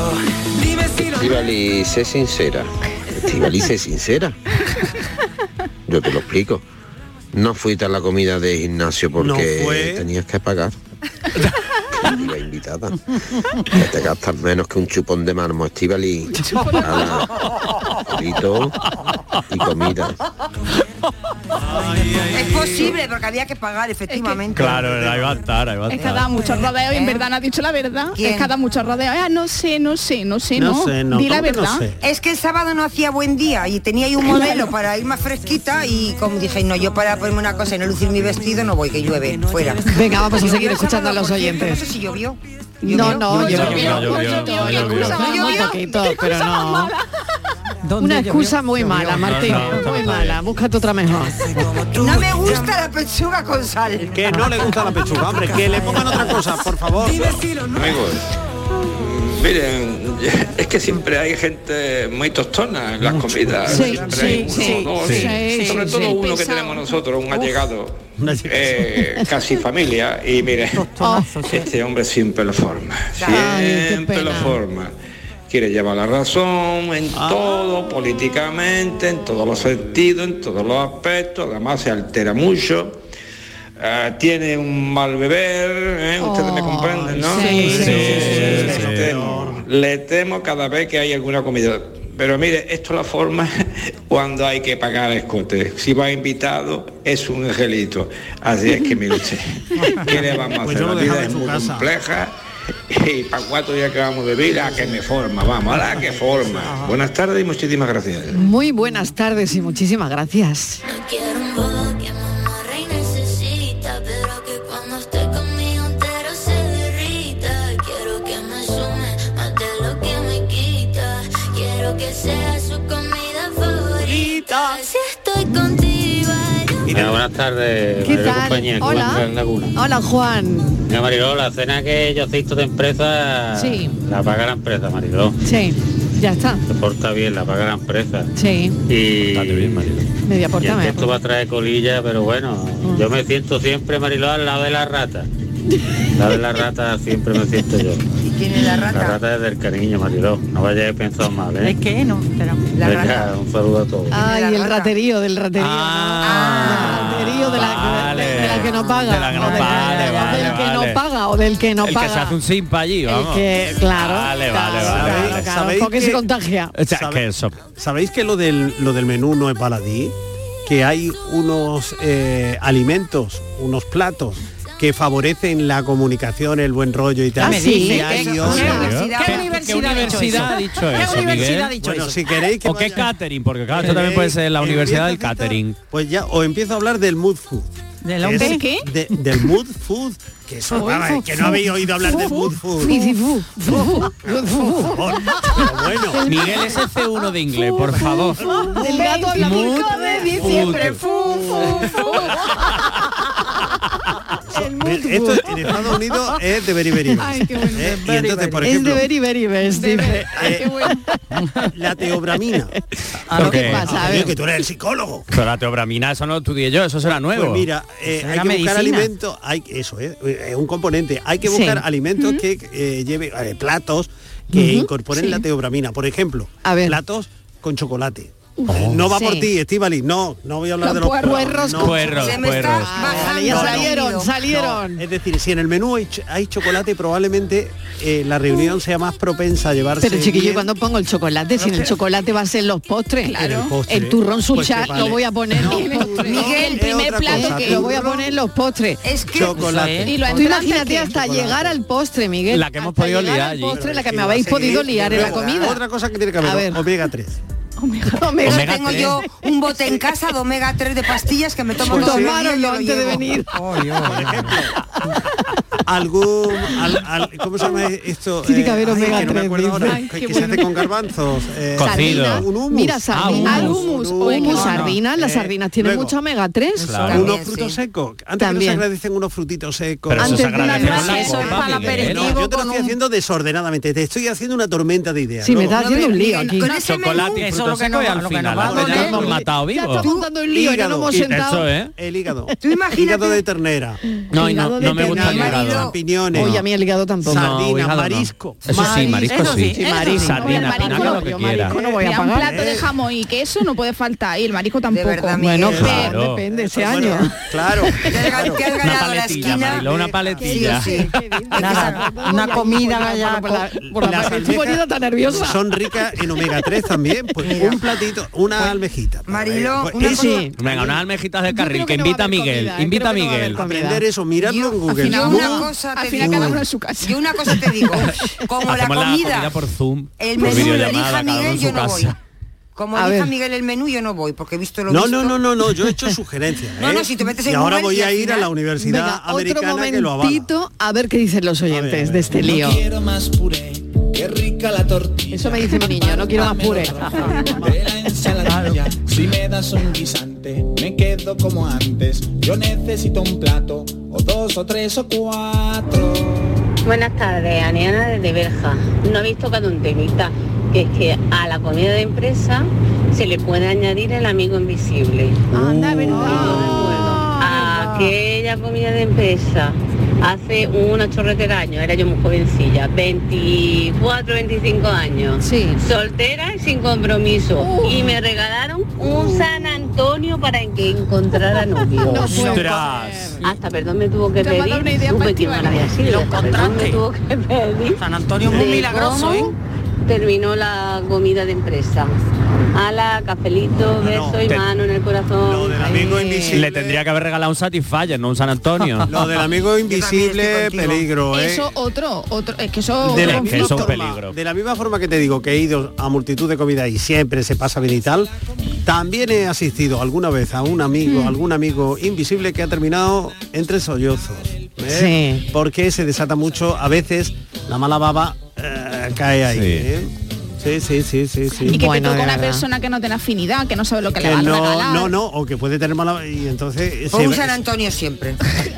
[SPEAKER 14] Dime si lo
[SPEAKER 11] Estivali, sé sincera. Estivali, sé sincera. Yo te lo explico. No fuiste a la comida de gimnasio porque
[SPEAKER 4] No fue.
[SPEAKER 11] tenías que pagar. Iba invitada. Que te gastas menos que un chupón de mármol, Estivali. Ala, grito y comida.
[SPEAKER 5] Es posible, porque había que pagar, efectivamente.
[SPEAKER 3] Claro, ahí va a estar, ahí va a
[SPEAKER 6] Es que ha
[SPEAKER 3] estar.
[SPEAKER 6] dado muchos rodeos y
[SPEAKER 5] ¿eh?
[SPEAKER 6] en verdad no has dicho la verdad. Es que ha dado muchos rodeos. Ah, no sé, no sé, no sé, no. Di la verdad.
[SPEAKER 5] Es que el sábado no hacía buen día y tenía ahí un modelo para ir más fresquita y como dije, no, yo para ponerme una cosa y no lucir mi vestido no voy, que llueve, fuera.
[SPEAKER 2] Venga, vamos a
[SPEAKER 5] Llovió
[SPEAKER 2] seguir
[SPEAKER 5] el
[SPEAKER 2] escuchando a
[SPEAKER 5] sábado,
[SPEAKER 2] los
[SPEAKER 5] por cierto,
[SPEAKER 2] oyentes.
[SPEAKER 5] No sé si llovió.
[SPEAKER 2] No, no,
[SPEAKER 5] Llovió,
[SPEAKER 2] yo
[SPEAKER 5] llovió, llovió, llovió, llovió.
[SPEAKER 2] muy poquito,
[SPEAKER 5] ¿Qué
[SPEAKER 2] pero
[SPEAKER 5] excusa más
[SPEAKER 2] no. Una excusa muy mala, Martín, muy mala. Búscate otra mejor.
[SPEAKER 5] No me gusta la pechuga con sal.
[SPEAKER 4] Que no le gusta la pechuga, hombre, que le pongan otra cosa, por favor.
[SPEAKER 15] Amigos, miren, es que siempre hay gente muy tostona en las comidas.
[SPEAKER 14] Sí,
[SPEAKER 15] siempre
[SPEAKER 14] sí,
[SPEAKER 15] hay uno,
[SPEAKER 14] sí,
[SPEAKER 15] dos,
[SPEAKER 14] sí, sí,
[SPEAKER 15] sobre
[SPEAKER 14] sí,
[SPEAKER 15] todo
[SPEAKER 14] sí,
[SPEAKER 15] uno que
[SPEAKER 14] pesado.
[SPEAKER 15] tenemos nosotros, un allegado, eh, casi familia, y mire, este hombre siempre lo forma, siempre lo forma. Quiere llevar la razón en
[SPEAKER 14] Ah.
[SPEAKER 15] todo, políticamente, en todos los sentidos, en todos los aspectos, además se altera mucho. Ah, tiene un mal beber, ¿eh? ustedes me comprenden, ¿no?
[SPEAKER 14] Oh, sí, sí, sí,
[SPEAKER 15] Eh, le temo, le temo cada vez que hay alguna comida. Pero mire, esto es la forma cuando hay que pagar escote. Si va invitado, es un angelito. Así es que mire usted, ¿qué le vamos a
[SPEAKER 4] Pues
[SPEAKER 15] hacer?
[SPEAKER 4] yo lo
[SPEAKER 15] La
[SPEAKER 4] dejaba
[SPEAKER 15] vida
[SPEAKER 4] en
[SPEAKER 15] es
[SPEAKER 4] su
[SPEAKER 15] muy
[SPEAKER 4] casa.
[SPEAKER 15] compleja y para cuatro días que vamos de vida, que me forma, vamos, a la que forma. Buenas tardes y muchísimas gracias.
[SPEAKER 2] Muy buenas tardes y muchísimas gracias.
[SPEAKER 16] Quiero un boda que mamá rey necesita, pero que cuando esté conmigo entero se derrita. Quiero que me sume más de lo que me quita. Quiero que sea su comida favorita. Si estoy contigo,
[SPEAKER 17] Mira, buenas tardes,
[SPEAKER 2] ¿Qué
[SPEAKER 17] Mariló y
[SPEAKER 2] tal?
[SPEAKER 17] compañía, que
[SPEAKER 2] Hola.
[SPEAKER 17] va a entrar en Laguna.
[SPEAKER 2] Hola, Juan.
[SPEAKER 17] Mira, Mariló, la cena que yo asisto de empresa,
[SPEAKER 2] Sí.
[SPEAKER 17] la paga la empresa, Mariló.
[SPEAKER 2] Sí, ya está.
[SPEAKER 17] Se porta bien, la paga la empresa.
[SPEAKER 2] Sí,
[SPEAKER 17] Y,
[SPEAKER 2] media
[SPEAKER 17] y el
[SPEAKER 2] portada.
[SPEAKER 17] texto va a traer colilla, pero bueno, yo me siento siempre, Mariló, al lado de la rata. Al lado de la rata siempre me siento yo.
[SPEAKER 5] ¿Quién es la rata?
[SPEAKER 17] La rata es del cariño, Mariló. No vayáis a pensar mal, ¿eh?
[SPEAKER 7] Es que no, pero
[SPEAKER 17] La rata. Un saludo a todos.
[SPEAKER 2] Ay, el raterío del raterío.
[SPEAKER 7] Ah.
[SPEAKER 2] ¿no? Del raterío de la, de- de la que no paga.
[SPEAKER 10] la que
[SPEAKER 2] o
[SPEAKER 10] no
[SPEAKER 2] de-
[SPEAKER 10] paga,
[SPEAKER 2] del
[SPEAKER 10] vale,
[SPEAKER 2] que
[SPEAKER 10] vale.
[SPEAKER 2] no paga o del que no
[SPEAKER 10] el
[SPEAKER 2] paga.
[SPEAKER 10] que se hace un simpa allí, vamos.
[SPEAKER 2] que,
[SPEAKER 4] Ah,
[SPEAKER 2] claro,
[SPEAKER 10] Vale, vale,
[SPEAKER 2] claro,
[SPEAKER 10] vale.
[SPEAKER 2] claro,
[SPEAKER 10] vale.
[SPEAKER 2] claro, porque se contagia.
[SPEAKER 10] O sea, que eso.
[SPEAKER 4] ¿Sabéis que lo del, lo del menú no es baladí? Que hay unos eh, alimentos, unos platos que favorecen la comunicación, el buen rollo y
[SPEAKER 7] Ah,
[SPEAKER 4] tal.
[SPEAKER 13] me dice,
[SPEAKER 4] Y
[SPEAKER 13] ¿qué-
[SPEAKER 4] hay
[SPEAKER 13] qué
[SPEAKER 4] otras-
[SPEAKER 13] universidad- ¿eh? ¿Qué universidad ha dicho
[SPEAKER 3] universidad
[SPEAKER 13] eso?
[SPEAKER 3] ha dicho
[SPEAKER 13] ¿Qué
[SPEAKER 3] eso, Miguel?
[SPEAKER 13] universidad ha dicho
[SPEAKER 4] Bueno,
[SPEAKER 13] eso?
[SPEAKER 4] si queréis que
[SPEAKER 3] ¿O qué catering? Porque claro, esto también puede ser la
[SPEAKER 4] ¿Queréis?
[SPEAKER 3] universidad del
[SPEAKER 4] Eh, ¿Empieza, Cita?
[SPEAKER 3] catering.
[SPEAKER 4] Pues ya, o empiezo a hablar del mood food.
[SPEAKER 13] ¿Del
[SPEAKER 4] Que es-
[SPEAKER 13] hombre? qué?
[SPEAKER 4] de- del mood food, que eso,
[SPEAKER 13] Food,
[SPEAKER 4] vamos,
[SPEAKER 13] food,
[SPEAKER 4] que
[SPEAKER 13] food.
[SPEAKER 4] no habéis oído hablar del mood food.
[SPEAKER 3] Bueno, Miguel es el C1 de inglés, por favor.
[SPEAKER 2] Ah,
[SPEAKER 6] El gato habla
[SPEAKER 3] Mood
[SPEAKER 6] por de diciembre. Fu, fu, fu.
[SPEAKER 4] Esto en Estados Unidos es de very, very best.
[SPEAKER 2] Ay, qué bueno.
[SPEAKER 4] Eh, y entonces, por
[SPEAKER 2] es de
[SPEAKER 4] ejemplo,
[SPEAKER 2] very, very best. dice.
[SPEAKER 4] la teobramina.
[SPEAKER 3] Ah, ¿qué
[SPEAKER 4] Porque-
[SPEAKER 3] pasa? A ver.
[SPEAKER 4] Oye, que tú eres el psicólogo.
[SPEAKER 3] Pero la teobramina, eso no lo estudié yo, eso será nuevo.
[SPEAKER 4] Pues mira, eh, hay que buscar alimentos, hay, eso es, eh, es un componente, hay que
[SPEAKER 3] Sí.
[SPEAKER 4] buscar alimentos que eh, lleve eh, platos que incorporen
[SPEAKER 2] sí.
[SPEAKER 4] la teobramina, por ejemplo, platos con chocolate. Eh, No va por
[SPEAKER 2] Sí.
[SPEAKER 4] ti, Estivali. No, no voy a hablar
[SPEAKER 2] Los
[SPEAKER 4] de los
[SPEAKER 2] puerros
[SPEAKER 4] no.
[SPEAKER 2] con- Puerros, Se me está puerros. bajando
[SPEAKER 4] No, no,
[SPEAKER 2] salieron,
[SPEAKER 4] no.
[SPEAKER 2] salieron.
[SPEAKER 4] Es decir, si en el menú hay, ch- hay chocolate, probablemente eh, la reunión sea más propensa a llevarse.
[SPEAKER 2] Pero chiquillo, ¿y
[SPEAKER 4] bien.
[SPEAKER 2] cuando pongo el chocolate, si en el chocolate va a ser los postres,
[SPEAKER 4] En el postre.
[SPEAKER 2] el turrón
[SPEAKER 4] Pues
[SPEAKER 2] suchá
[SPEAKER 4] que
[SPEAKER 2] lo
[SPEAKER 4] vale.
[SPEAKER 2] voy a poner
[SPEAKER 4] No,
[SPEAKER 2] en el postre.
[SPEAKER 4] Miguel,
[SPEAKER 2] el
[SPEAKER 4] es
[SPEAKER 2] primer
[SPEAKER 4] otra
[SPEAKER 2] plato
[SPEAKER 4] cosa,
[SPEAKER 2] que lo voy a
[SPEAKER 4] turrón,
[SPEAKER 2] poner en los postres.
[SPEAKER 5] Es
[SPEAKER 4] que- chocolate.
[SPEAKER 2] Y
[SPEAKER 4] Y lo
[SPEAKER 2] Tú
[SPEAKER 4] entrante
[SPEAKER 2] imagínate
[SPEAKER 4] que-
[SPEAKER 2] hasta
[SPEAKER 4] chocolate.
[SPEAKER 2] llegar al postre, Miguel.
[SPEAKER 3] La que hemos
[SPEAKER 2] Hasta
[SPEAKER 3] podido
[SPEAKER 2] llegar
[SPEAKER 3] liar
[SPEAKER 2] al
[SPEAKER 3] allí.
[SPEAKER 2] postre, la que
[SPEAKER 3] Sí,
[SPEAKER 2] me habéis
[SPEAKER 3] va a seguir,
[SPEAKER 2] podido liar en la
[SPEAKER 4] Luego,
[SPEAKER 2] comida.
[SPEAKER 4] Otra cosa que tiene que haber, omega 3.
[SPEAKER 2] Omega
[SPEAKER 5] Eso tengo
[SPEAKER 4] tres.
[SPEAKER 5] yo un bote en casa de omega 3 de pastillas que me tomo
[SPEAKER 4] Pues
[SPEAKER 5] todos los días y
[SPEAKER 4] tomároslo
[SPEAKER 5] me lo
[SPEAKER 4] antes de
[SPEAKER 5] llevo.
[SPEAKER 4] venir. algún al- al- ¿cómo se llama esto?
[SPEAKER 2] Tiene que
[SPEAKER 4] Eh,
[SPEAKER 2] haber
[SPEAKER 4] ay,
[SPEAKER 2] omega
[SPEAKER 4] que no me
[SPEAKER 2] 3,
[SPEAKER 4] acuerdo ahora,
[SPEAKER 2] dice. Ay,
[SPEAKER 4] que,
[SPEAKER 2] qué
[SPEAKER 4] que se
[SPEAKER 2] bueno.
[SPEAKER 4] hace con garbanzos eh,
[SPEAKER 2] Sardinas.
[SPEAKER 4] un hummus.
[SPEAKER 2] Mira, sardinas.
[SPEAKER 4] Ah,
[SPEAKER 2] al
[SPEAKER 4] hummus.
[SPEAKER 2] humus.
[SPEAKER 4] Hummus,
[SPEAKER 2] Humus,
[SPEAKER 4] no, no.
[SPEAKER 2] sardinas. Las
[SPEAKER 4] Eh,
[SPEAKER 2] sardinas tienen
[SPEAKER 4] luego,
[SPEAKER 2] mucho omega 3.
[SPEAKER 4] unos frutos secos antes que no se
[SPEAKER 2] También.
[SPEAKER 4] agradecen unos frutitos secos
[SPEAKER 3] Pero eso se Antes de
[SPEAKER 2] agradece una con la nuez, eso es copa, para el Miguel. aperitivo
[SPEAKER 4] No, yo te lo estoy haciendo desordenadamente te estoy haciendo una tormenta de ideas
[SPEAKER 2] Sí, me
[SPEAKER 4] Luego-
[SPEAKER 2] estás haciendo un lío aquí.
[SPEAKER 3] Chocolate y frutos secos y al final la tenemos matado
[SPEAKER 2] Ya
[SPEAKER 3] vivo.
[SPEAKER 2] estás montando un lío y no nos hemos
[SPEAKER 4] Hígado.
[SPEAKER 3] Eso,
[SPEAKER 2] sentado.
[SPEAKER 3] ¿eh?
[SPEAKER 4] el hígado
[SPEAKER 2] Tú imagínate-
[SPEAKER 4] hígado de ternera
[SPEAKER 3] No, y no, no me gusta el hígado.
[SPEAKER 4] champiñones
[SPEAKER 2] Oye, a mí el hígado tampoco.
[SPEAKER 4] sardinas
[SPEAKER 3] hígado no.
[SPEAKER 4] marisco
[SPEAKER 3] Eso sí, marisco
[SPEAKER 2] Eso
[SPEAKER 3] sí.
[SPEAKER 2] sí, marisco.
[SPEAKER 3] Sardina,
[SPEAKER 2] Hombre, el
[SPEAKER 3] espinaca,
[SPEAKER 2] marisco
[SPEAKER 3] lo
[SPEAKER 2] no,
[SPEAKER 3] que
[SPEAKER 2] yo
[SPEAKER 3] quiera.
[SPEAKER 2] marisco no voy a
[SPEAKER 6] Mira, un
[SPEAKER 2] pagar,
[SPEAKER 6] plato
[SPEAKER 18] Eh.
[SPEAKER 6] de jamón y queso no puede faltar y el marisco tampoco.
[SPEAKER 2] Bueno,
[SPEAKER 6] Miguel.
[SPEAKER 2] pero
[SPEAKER 3] Claro.
[SPEAKER 2] depende ese año.
[SPEAKER 4] Claro.
[SPEAKER 3] Una paletilla, Mariló, una paletilla.
[SPEAKER 13] Nada, una comida galla
[SPEAKER 2] Por la parte- estoy poniendo tan nerviosa.
[SPEAKER 4] Son ricas en omega 3 también. Pues un platito, una almejita.
[SPEAKER 5] Mariló,
[SPEAKER 4] Pues
[SPEAKER 5] una
[SPEAKER 4] eso,
[SPEAKER 5] cosa-
[SPEAKER 3] Venga, unas almejitas del carril, que
[SPEAKER 4] no va
[SPEAKER 3] invita
[SPEAKER 4] a
[SPEAKER 3] a
[SPEAKER 4] haber
[SPEAKER 3] Miguel,
[SPEAKER 4] comida, ¿eh?
[SPEAKER 3] invita a
[SPEAKER 4] Creo que no va a haber
[SPEAKER 3] Miguel.
[SPEAKER 4] comida. Aprender eso, mirarlo en Google.
[SPEAKER 5] Yo
[SPEAKER 4] Muy-
[SPEAKER 5] una cosa te
[SPEAKER 6] Al final
[SPEAKER 5] digo.
[SPEAKER 6] cada uno en su casa.
[SPEAKER 5] Yo una cosa te digo. Como la
[SPEAKER 3] Hacemos la comida
[SPEAKER 5] comida,
[SPEAKER 3] por Zoom,
[SPEAKER 5] el
[SPEAKER 3] por
[SPEAKER 5] menú lo
[SPEAKER 3] videollamada,
[SPEAKER 5] elija
[SPEAKER 3] cada uno
[SPEAKER 5] Miguel,
[SPEAKER 3] en su
[SPEAKER 5] yo no voy.
[SPEAKER 3] casa.
[SPEAKER 5] Como
[SPEAKER 4] A
[SPEAKER 5] elija
[SPEAKER 4] ver.
[SPEAKER 5] Miguel el menú, yo no voy, porque he visto lo
[SPEAKER 4] No,
[SPEAKER 5] visto.
[SPEAKER 4] no, no, no, no, yo he hecho sugerencias.
[SPEAKER 5] No,
[SPEAKER 4] ¿eh?
[SPEAKER 5] no, si te metes en
[SPEAKER 4] Y ahora
[SPEAKER 5] Google
[SPEAKER 4] voy
[SPEAKER 5] y
[SPEAKER 4] a
[SPEAKER 5] al
[SPEAKER 4] ir a la
[SPEAKER 5] final-
[SPEAKER 4] Universidad Americana que lo avala.
[SPEAKER 2] momentito a ver qué dicen los oyentes de este lío.
[SPEAKER 18] No quiero más puré, qué rica la tortilla.
[SPEAKER 2] Eso me dice mi niño, no quiero más puré.
[SPEAKER 18] De la ensalada ya, si me das un guisante, me quedo como antes. Yo necesito un plato, o dos, o tres, o cuatro.
[SPEAKER 19] Buenas tardes, Aniana desde Berja. No habéis tocado un temita, que es que a la comida de empresa se le puede añadir el amigo invisible.
[SPEAKER 16] Ah,
[SPEAKER 19] Anda, verdad. Aquella comida de empresa hace unos chorretes de años, era yo muy jovencilla, 24, 25 años. Soltera y sin compromiso.
[SPEAKER 16] Uh.
[SPEAKER 19] Y me regalaron un San Antonio para que encontrara novio.
[SPEAKER 16] No puedo
[SPEAKER 3] ¡Ostras!
[SPEAKER 19] Ah, Hasta perdón me tuvo que
[SPEAKER 16] Te ha dado
[SPEAKER 19] pedir.
[SPEAKER 16] una idea
[SPEAKER 19] supe
[SPEAKER 16] para
[SPEAKER 19] que
[SPEAKER 16] activar.
[SPEAKER 19] no la había sido,
[SPEAKER 16] Lo
[SPEAKER 19] hasta perdón me
[SPEAKER 16] encontraste.
[SPEAKER 19] tuvo que pedir.
[SPEAKER 13] San Antonio muy
[SPEAKER 19] de
[SPEAKER 13] milagroso,
[SPEAKER 19] cómo
[SPEAKER 13] ¿eh?
[SPEAKER 19] Terminó la comida de empresa. Ala, cafelito, beso y
[SPEAKER 3] te-
[SPEAKER 19] mano en el corazón. Ay.
[SPEAKER 3] Le tendría que haber regalado un Satisfyer, no un San Antonio.
[SPEAKER 4] Lo del amigo invisible, peligro, ¿eh?
[SPEAKER 6] Eso otro, otro, es que eso
[SPEAKER 4] de
[SPEAKER 6] otro
[SPEAKER 4] la,
[SPEAKER 6] conflicto.
[SPEAKER 4] misma forma- de la misma forma que te digo que he ido a multitud de comidas y siempre se pasa bien y tal, también he asistido alguna vez a un
[SPEAKER 6] Mm.
[SPEAKER 4] amigo, algún amigo invisible que ha terminado entre sollozos. ¿eh? Porque se desata mucho, a veces la mala baba eh, cae ahí.
[SPEAKER 3] Sí.
[SPEAKER 4] ¿eh? Sí, sí, sí, sí, sí.
[SPEAKER 6] Y que te toca una persona que no tiene afinidad, que no sabe lo que, le
[SPEAKER 4] que
[SPEAKER 6] va a
[SPEAKER 4] no,
[SPEAKER 6] regalar. Pues
[SPEAKER 4] no, no, o que puede tener mala y entonces
[SPEAKER 5] Pon
[SPEAKER 4] se-
[SPEAKER 5] un San Antonio siempre.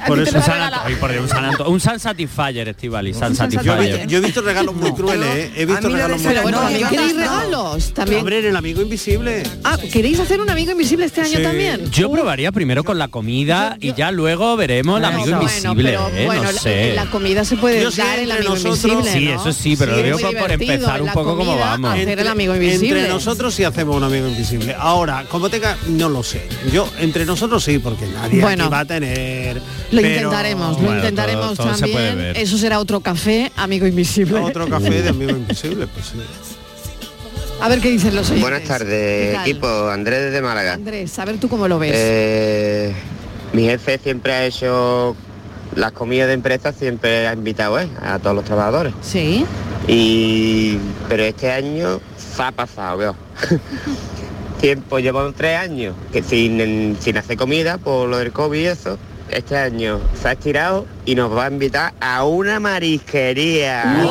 [SPEAKER 4] por
[SPEAKER 3] un
[SPEAKER 4] eso
[SPEAKER 3] San, Anto- Ay, por Dios, un San Anto- un San Satisfyer, Estivali, San
[SPEAKER 4] yo he, visto,
[SPEAKER 3] Satisfyer.
[SPEAKER 4] yo he visto regalos muy crueles, ¿eh? he visto regalos muy
[SPEAKER 2] Pero bueno,
[SPEAKER 4] crueles.
[SPEAKER 2] también queréis regalos. También.
[SPEAKER 4] Hombre, en el amigo invisible.
[SPEAKER 2] Ah, ¿queréis hacer un amigo invisible este año también?
[SPEAKER 3] Yo probaría primero con la comida y ya luego veremos el amigo
[SPEAKER 2] Bueno,
[SPEAKER 3] invisible,
[SPEAKER 2] pero
[SPEAKER 3] ¿eh?
[SPEAKER 2] bueno,
[SPEAKER 3] no
[SPEAKER 2] la-
[SPEAKER 3] sé.
[SPEAKER 2] la, comida se puede
[SPEAKER 4] Yo sé,
[SPEAKER 2] dar el
[SPEAKER 4] entre
[SPEAKER 2] amigo
[SPEAKER 4] nosotros-
[SPEAKER 2] invisible.
[SPEAKER 3] sí,
[SPEAKER 2] ¿no?
[SPEAKER 3] eso sí, pero
[SPEAKER 2] Sí,
[SPEAKER 3] lo digo
[SPEAKER 2] muy
[SPEAKER 3] por, por
[SPEAKER 2] divertido,
[SPEAKER 3] empezar un
[SPEAKER 2] la
[SPEAKER 3] poco como
[SPEAKER 2] comida,
[SPEAKER 3] vamos.
[SPEAKER 2] hacer el amigo invisible.
[SPEAKER 4] Entre nosotros sí hacemos un amigo invisible. Ahora, como tenga, no lo sé. Yo, entre nosotros sí, porque nadie
[SPEAKER 2] Bueno.
[SPEAKER 4] aquí va a tener.
[SPEAKER 2] Lo
[SPEAKER 4] pero-
[SPEAKER 2] intentaremos, lo intentaremos también. Eso será otro café, amigo invisible.
[SPEAKER 4] Otro café de amigo invisible, pues sí.
[SPEAKER 2] A ver qué dicen los oyentes.
[SPEAKER 20] Buenas
[SPEAKER 2] ¿Qué
[SPEAKER 20] tardes,
[SPEAKER 2] tal?
[SPEAKER 20] equipo. Andrés desde Málaga.
[SPEAKER 21] Eh,
[SPEAKER 2] Andrés, a ver tú cómo lo ves.
[SPEAKER 20] Eh, mi jefe siempre ha hecho las comidas de empresa siempre ha invitado ¿eh? a todos los trabajadores.
[SPEAKER 2] Sí.
[SPEAKER 20] Y pero este año se ha pasado, veo. Tiempo llevo tres años que sin, sin hacer comida por lo del COVID y eso. Este año se ha estirado y nos va a invitar a una marisquería.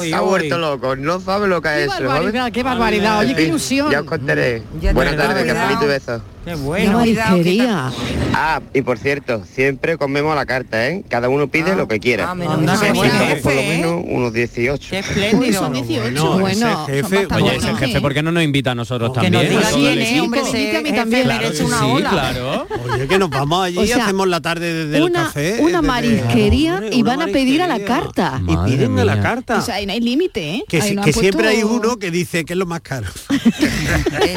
[SPEAKER 20] Se ha vuelto loco, no sabe lo que es eso. ¿vale?
[SPEAKER 2] barbaridad, qué barbaridad, oye,
[SPEAKER 20] En
[SPEAKER 2] qué
[SPEAKER 20] fin,
[SPEAKER 2] ilusión.
[SPEAKER 20] Ya os contaré. Buenas tardes, cafelito y besos.
[SPEAKER 7] Qué
[SPEAKER 2] Una marisquería.
[SPEAKER 20] Ah, y por cierto, siempre comemos a la carta, ¿eh? Cada uno pide
[SPEAKER 7] Ah.
[SPEAKER 20] lo que quiera.
[SPEAKER 7] Anda, qué
[SPEAKER 20] Siempre
[SPEAKER 7] buen
[SPEAKER 20] somos por
[SPEAKER 7] jefe,
[SPEAKER 20] lo
[SPEAKER 7] ¿eh?
[SPEAKER 20] menos unos 18.
[SPEAKER 7] Qué espléndido.
[SPEAKER 3] Son
[SPEAKER 2] 18.
[SPEAKER 3] No,
[SPEAKER 2] Bueno,
[SPEAKER 3] ese jefe,
[SPEAKER 2] tampoco-
[SPEAKER 3] oye, ese jefe, ¿por qué no nos invita a nosotros
[SPEAKER 2] que nos
[SPEAKER 3] también?
[SPEAKER 21] Pues
[SPEAKER 2] diga
[SPEAKER 3] A todo el
[SPEAKER 2] quién es,
[SPEAKER 3] equipo.
[SPEAKER 2] eh, hombre, ese Invítame jefe también.
[SPEAKER 3] Claro
[SPEAKER 2] merece
[SPEAKER 3] que
[SPEAKER 2] una
[SPEAKER 3] sí,
[SPEAKER 2] ola.
[SPEAKER 3] claro.
[SPEAKER 4] Oye, que nos vamos allí
[SPEAKER 2] O
[SPEAKER 4] y
[SPEAKER 2] sea,
[SPEAKER 4] hacemos la tarde desde
[SPEAKER 2] una,
[SPEAKER 4] el café.
[SPEAKER 2] una
[SPEAKER 4] desde-
[SPEAKER 2] marisquería y van a pedir a la carta.
[SPEAKER 4] Y piden a la carta.
[SPEAKER 6] O sea, ahí no hay límite, ¿eh?
[SPEAKER 4] que
[SPEAKER 6] Ahí
[SPEAKER 4] si-
[SPEAKER 6] no han
[SPEAKER 4] que siempre hay
[SPEAKER 6] puesto-
[SPEAKER 4] uno que dice que es lo más caro. Eh,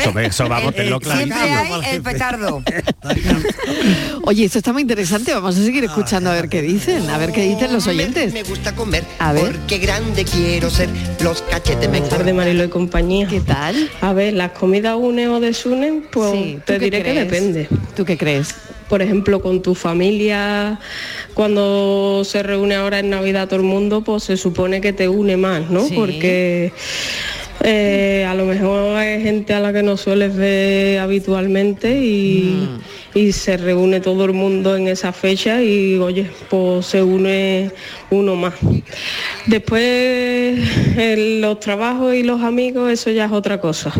[SPEAKER 3] Eso, eso vamos, tenlo clarísimo.
[SPEAKER 5] el petardo.
[SPEAKER 2] Oye, esto está muy interesante. Vamos a seguir escuchando a ver qué dicen, a ver qué dicen los oyentes.
[SPEAKER 21] Ah, Me gusta comer.
[SPEAKER 2] A ver.
[SPEAKER 21] Porque grande quiero ser. Los cachetes me de Marilo y compañía. ¿Qué
[SPEAKER 2] tal?
[SPEAKER 21] A ver, las comidas une o desunen, pues
[SPEAKER 2] Sí, ¿tú
[SPEAKER 21] te
[SPEAKER 2] qué
[SPEAKER 21] diré que
[SPEAKER 2] crees?
[SPEAKER 21] depende.
[SPEAKER 2] ¿Tú qué crees?
[SPEAKER 21] Por ejemplo, con tu familia, cuando se reúne ahora en Navidad todo el mundo, pues se supone que te une más, ¿no?
[SPEAKER 22] Sí.
[SPEAKER 21] Porque eh, a lo mejor hay gente a la que no sueles ver habitualmente y,
[SPEAKER 2] Mm.
[SPEAKER 21] y se reúne todo el mundo en esa fecha y oye, pues se une uno más. Después eh, los trabajos y los amigos, eso ya es otra cosa.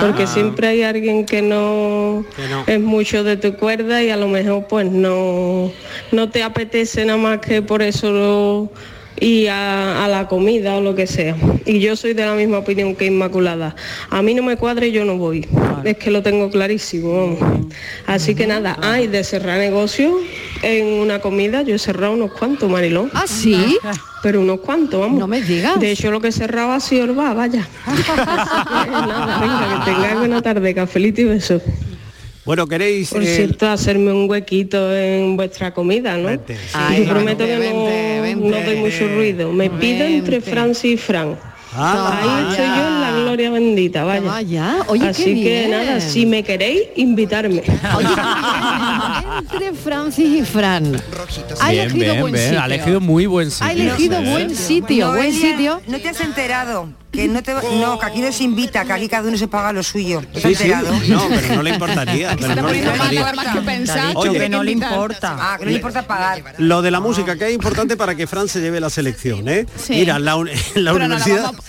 [SPEAKER 21] Porque siempre hay alguien que no, es mucho de tu cuerda y a lo mejor pues no, no te apetece nada más que por eso lo y a, a la comida o lo que sea. Y yo soy de la misma opinión que Inmaculada. A mí no me cuadra y yo no voy. Es que lo tengo clarísimo. vamos. Así que nada, hay de cerrar negocios en una comida. Yo he cerrado unos cuantos, Marilón.
[SPEAKER 2] ¿Ah, sí?
[SPEAKER 21] Pero unos cuantos, vamos. No me
[SPEAKER 2] digas.
[SPEAKER 21] De hecho, lo que cerraba ha sido el bar, vaya. Así que nada, venga, que tengáis buena tarde, cafelito y besos.
[SPEAKER 4] Bueno, queréis...
[SPEAKER 21] Por
[SPEAKER 4] eh,
[SPEAKER 21] cierto, hacerme un huequito en vuestra comida, ¿no?
[SPEAKER 4] Ay,
[SPEAKER 21] Yo prometo
[SPEAKER 4] vente,
[SPEAKER 21] que no, no doy mucho ruido. Me pido entre Francis y Fran.
[SPEAKER 4] Ah,
[SPEAKER 21] Ahí
[SPEAKER 4] vaya.
[SPEAKER 21] estoy yo en la gloria bendita, vaya.
[SPEAKER 2] Oye, qué
[SPEAKER 21] Así que
[SPEAKER 2] bien.
[SPEAKER 21] nada, si me queréis, invitarme. Ah.
[SPEAKER 2] Entre Francis y Fran. Ha
[SPEAKER 3] Bien,
[SPEAKER 2] elegido
[SPEAKER 3] bien,
[SPEAKER 2] buen
[SPEAKER 3] bien.
[SPEAKER 2] sitio.
[SPEAKER 3] Ha elegido muy buen sitio.
[SPEAKER 2] Ha elegido
[SPEAKER 3] ¿eh?
[SPEAKER 2] buen sitio, buen
[SPEAKER 5] Noelia,
[SPEAKER 2] sitio.
[SPEAKER 5] No te has enterado. Que no, te, no, que aquí no se invita, que aquí cada uno se paga lo suyo. ¿No te has
[SPEAKER 4] Sí, sí,
[SPEAKER 5] enterado?
[SPEAKER 4] no, pero no le importaría. pero no le importaría. Oye,
[SPEAKER 5] Ah, que no le importa pagar.
[SPEAKER 4] Lo de la música, que es importante para que Fran se lleve la selección, ¿eh?
[SPEAKER 6] Sí.
[SPEAKER 4] Mira, la, un- en la
[SPEAKER 6] Pero no la
[SPEAKER 4] universidad...
[SPEAKER 6] vamos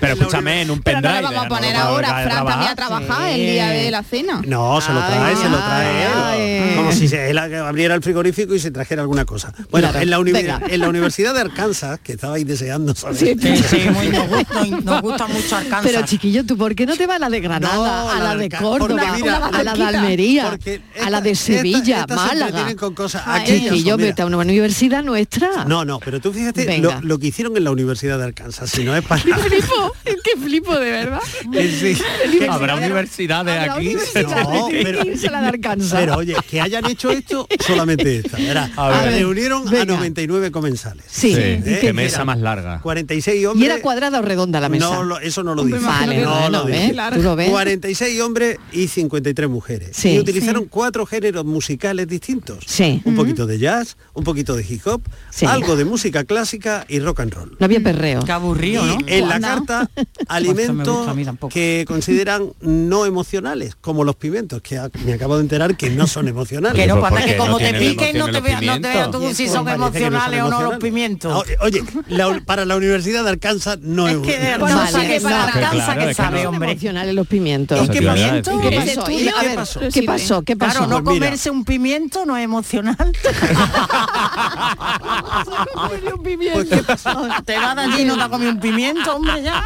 [SPEAKER 3] Pero escúchame, en un
[SPEAKER 6] Pero no
[SPEAKER 3] pendrive.
[SPEAKER 6] lo vamos
[SPEAKER 3] no lo
[SPEAKER 6] a poner
[SPEAKER 3] vamos
[SPEAKER 6] ahora.
[SPEAKER 3] a
[SPEAKER 6] Fran también ha
[SPEAKER 3] grabar.
[SPEAKER 6] trabajado
[SPEAKER 3] Sí.
[SPEAKER 6] el día de la cena.
[SPEAKER 4] No, se lo trae, se lo trae. él. Como si se, él abriera el frigorífico y se trajera alguna cosa. Bueno,
[SPEAKER 6] Claro,
[SPEAKER 4] en, la
[SPEAKER 6] venga.
[SPEAKER 4] universidad, en la Universidad de Arkansas, que estabais deseando saber.
[SPEAKER 7] Sí, sí, muy- nos gusta- nos gusta mucho Arkansas.
[SPEAKER 2] Pero chiquillo, ¿tú por qué no te vas a la de Granada,
[SPEAKER 4] No,
[SPEAKER 2] a
[SPEAKER 4] la
[SPEAKER 2] la
[SPEAKER 4] de
[SPEAKER 2] de
[SPEAKER 4] Ca-
[SPEAKER 2] Córdoba,
[SPEAKER 4] porque mira,
[SPEAKER 2] a la de
[SPEAKER 4] porque-
[SPEAKER 2] Almería,
[SPEAKER 4] porque
[SPEAKER 2] a la de Sevilla,
[SPEAKER 4] esta- esta se
[SPEAKER 2] Málaga? Ah,
[SPEAKER 4] entretienen con cosas.
[SPEAKER 2] Ay,
[SPEAKER 4] Aquellas
[SPEAKER 2] chiquillo,
[SPEAKER 4] son, mira.
[SPEAKER 2] vete a una universidad nuestra.
[SPEAKER 4] No, no, pero tú fíjate
[SPEAKER 2] Venga.
[SPEAKER 4] lo, lo que hicieron en la Universidad de Arkansas, si no es para...
[SPEAKER 2] flipo, es que flipo de verdad.
[SPEAKER 4] Sí,
[SPEAKER 2] Universidad
[SPEAKER 3] Habrá
[SPEAKER 2] de-
[SPEAKER 3] universidades
[SPEAKER 2] habrá
[SPEAKER 3] aquí.
[SPEAKER 2] universidades
[SPEAKER 4] No,
[SPEAKER 2] que
[SPEAKER 4] pero-
[SPEAKER 2] irse a la de Arkansas.
[SPEAKER 4] Pero oye, que hayan hecho esto, solamente esta. Era,
[SPEAKER 3] A ver.
[SPEAKER 4] reunieron a 99 comensales.
[SPEAKER 2] Sí. Sí,
[SPEAKER 4] ¿eh?
[SPEAKER 2] ¿y qué
[SPEAKER 3] Qué mesa más larga.
[SPEAKER 4] 46
[SPEAKER 2] ¿Y
[SPEAKER 4] hombres.
[SPEAKER 2] era cuadrada o redonda la mesa?
[SPEAKER 4] No, lo- eso no lo
[SPEAKER 2] Hombre,
[SPEAKER 4] dice.
[SPEAKER 2] imagino que
[SPEAKER 4] no lo
[SPEAKER 2] no, ¿no?
[SPEAKER 4] dice.
[SPEAKER 2] ¿Ves? ¿Tú lo ves?
[SPEAKER 4] 46 hombres y 53 mujeres.
[SPEAKER 2] Sí.
[SPEAKER 4] y utilizaron
[SPEAKER 2] Sí.
[SPEAKER 4] cuatro géneros musicales distintos.
[SPEAKER 2] Sí.
[SPEAKER 4] Un poquito de jazz, un poquito de hip hop,
[SPEAKER 2] Sí.
[SPEAKER 4] algo de música clásica y rock and roll.
[SPEAKER 2] No había perreo.
[SPEAKER 7] Qué aburrido,
[SPEAKER 4] Y
[SPEAKER 7] ¿no?
[SPEAKER 4] en la
[SPEAKER 7] Anda.
[SPEAKER 4] carta
[SPEAKER 7] Esto me gusta a mí
[SPEAKER 4] alimentos que consideran no emocionales, como los pimientos, que a- me acabo de enterar que no son emocionales.
[SPEAKER 7] Que no, Pues pasa porque que como no te tienen piquen, no emociones te vea-
[SPEAKER 4] veas
[SPEAKER 7] los no te vea tú pimientos. si son emocionales o no los pimientos.
[SPEAKER 4] Oye, la- para la Universidad de Arkansas no es,
[SPEAKER 2] Vale, no. Emocionales los pimientos.
[SPEAKER 7] ¿Y qué
[SPEAKER 2] Claro,
[SPEAKER 7] pimiento?
[SPEAKER 2] ¿y ¿Qué pasó?
[SPEAKER 7] ¿Ese
[SPEAKER 2] ¿Y
[SPEAKER 7] tuyo?
[SPEAKER 2] a ver, ¿Qué pasó? ¿Qué pasó? Pues
[SPEAKER 7] Claro, no comerse un pimiento no es emocional. Pues, te vas de allí y no te has comido un pimiento, hombre, ya.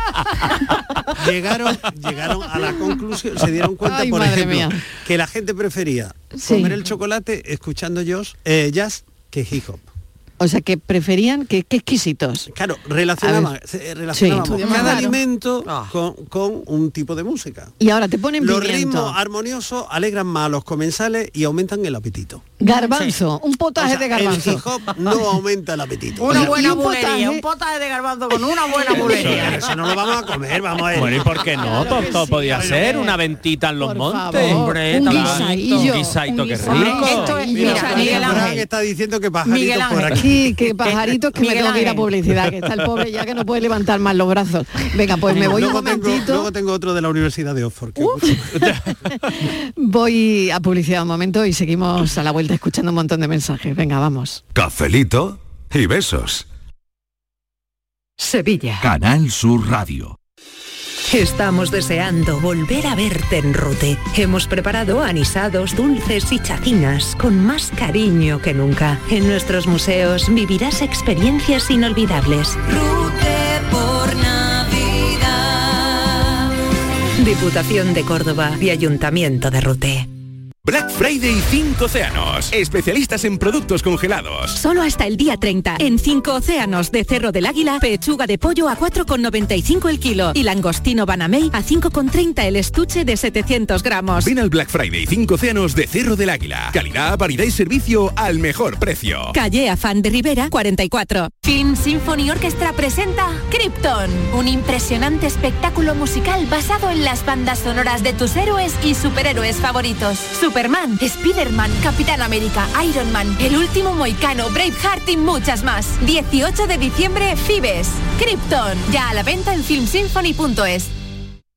[SPEAKER 4] llegaron, llegaron a la conclusión, se dieron cuenta,
[SPEAKER 7] Ay,
[SPEAKER 4] por
[SPEAKER 7] madre
[SPEAKER 4] ejemplo,
[SPEAKER 7] mía.
[SPEAKER 4] que la gente prefería
[SPEAKER 2] Sí.
[SPEAKER 4] comer el chocolate escuchando jazz, eh, jazz que hip hop.
[SPEAKER 2] O sea, que preferían que, que exquisitos.
[SPEAKER 4] Claro, relacionaban, se- relacionaban
[SPEAKER 2] Sí.
[SPEAKER 4] cada
[SPEAKER 2] Claro.
[SPEAKER 4] alimento
[SPEAKER 7] Ah.
[SPEAKER 4] con, con un tipo de música.
[SPEAKER 2] Y ahora te ponen
[SPEAKER 4] Los
[SPEAKER 2] pimiento.
[SPEAKER 4] ritmos armoniosos alegran más a los comensales y aumentan el apetito.
[SPEAKER 2] Garbanzo, un potaje
[SPEAKER 4] O sea,
[SPEAKER 2] de
[SPEAKER 4] El
[SPEAKER 2] garbanzo.
[SPEAKER 4] hip hop no aumenta el apetito.
[SPEAKER 7] Una buena
[SPEAKER 2] un potaje.
[SPEAKER 7] bulería, un potaje de garbanzo con una buena bulería.
[SPEAKER 4] Eso no lo vamos a comer, vamos a ver.
[SPEAKER 3] Bueno, ¿y por qué no? todo, todo podía ser una ventita en los montes. Hombre,
[SPEAKER 4] Un
[SPEAKER 3] tal-
[SPEAKER 4] guisaillo,
[SPEAKER 3] Un guisaito, qué rico.
[SPEAKER 7] Ah, Esto es,
[SPEAKER 4] Mira,
[SPEAKER 7] mira,
[SPEAKER 4] Juan
[SPEAKER 7] Miguel
[SPEAKER 4] Fran
[SPEAKER 7] Ángel.
[SPEAKER 4] está diciendo que pajaritos
[SPEAKER 7] Miguel
[SPEAKER 4] por
[SPEAKER 7] Ángel.
[SPEAKER 4] aquí.
[SPEAKER 2] Sí, que pajaritos que me
[SPEAKER 7] Miguel
[SPEAKER 2] tengo que ir a
[SPEAKER 7] Ángel.
[SPEAKER 2] publicidad, que está el pobre ya que no puede levantar más los brazos. Venga, pues me voy un
[SPEAKER 4] luego, tengo,
[SPEAKER 2] momentito.
[SPEAKER 4] luego tengo otro de la Universidad de Oxford. que-
[SPEAKER 2] Voy a publicidad un momento y seguimos a la vuelta escuchando un montón de mensajes. Venga, vamos.
[SPEAKER 23] Cafelito y besos.
[SPEAKER 1] Sevilla.
[SPEAKER 23] Canal Sur Radio.
[SPEAKER 1] Estamos deseando volver a verte en Rute. Hemos preparado anisados, dulces y chacinas con más cariño que nunca. En nuestros museos vivirás experiencias inolvidables.
[SPEAKER 16] por Navidad.
[SPEAKER 1] Diputación de Córdoba y Ayuntamiento de Rute.
[SPEAKER 22] Black Friday 5 Océanos. Especialistas en productos congelados.
[SPEAKER 24] Solo hasta el día 30. En 5 océanos de Cerro del Águila, pechuga de pollo a 4,95 el kilo y langostino banamey a 5,30 el estuche de 700 gramos.
[SPEAKER 22] Ven al Black Friday 5 Océanos de Cerro del Águila. Calidad, variedad y servicio al mejor precio.
[SPEAKER 24] Calle Afán de Rivera 44.
[SPEAKER 25] Film Symphony Orchestra presenta Krypton, un impresionante espectáculo musical basado en las bandas sonoras de tus héroes y superhéroes favoritos. Superman, Spider-Man, Capitán América, Iron Man, El último Moicano, Braveheart y muchas más. 18 de diciembre, Fibes. Krypton, ya a la venta en filmsymphony.es.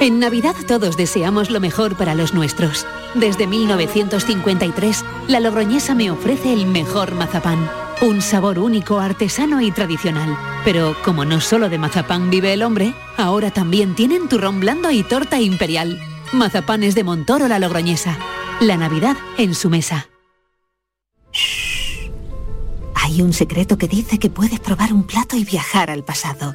[SPEAKER 24] En Navidad todos deseamos lo mejor para los nuestros. Desde 1953, la Logroñesa me ofrece el mejor mazapán. Un sabor único, artesano y tradicional. Pero como no solo de mazapán vive el hombre, ahora también tienen turrón blando y torta imperial. Mazapanes de Montoro la Logroñesa. La Navidad en su mesa.
[SPEAKER 26] Hay un secreto que dice que puedes probar un plato y viajar al pasado.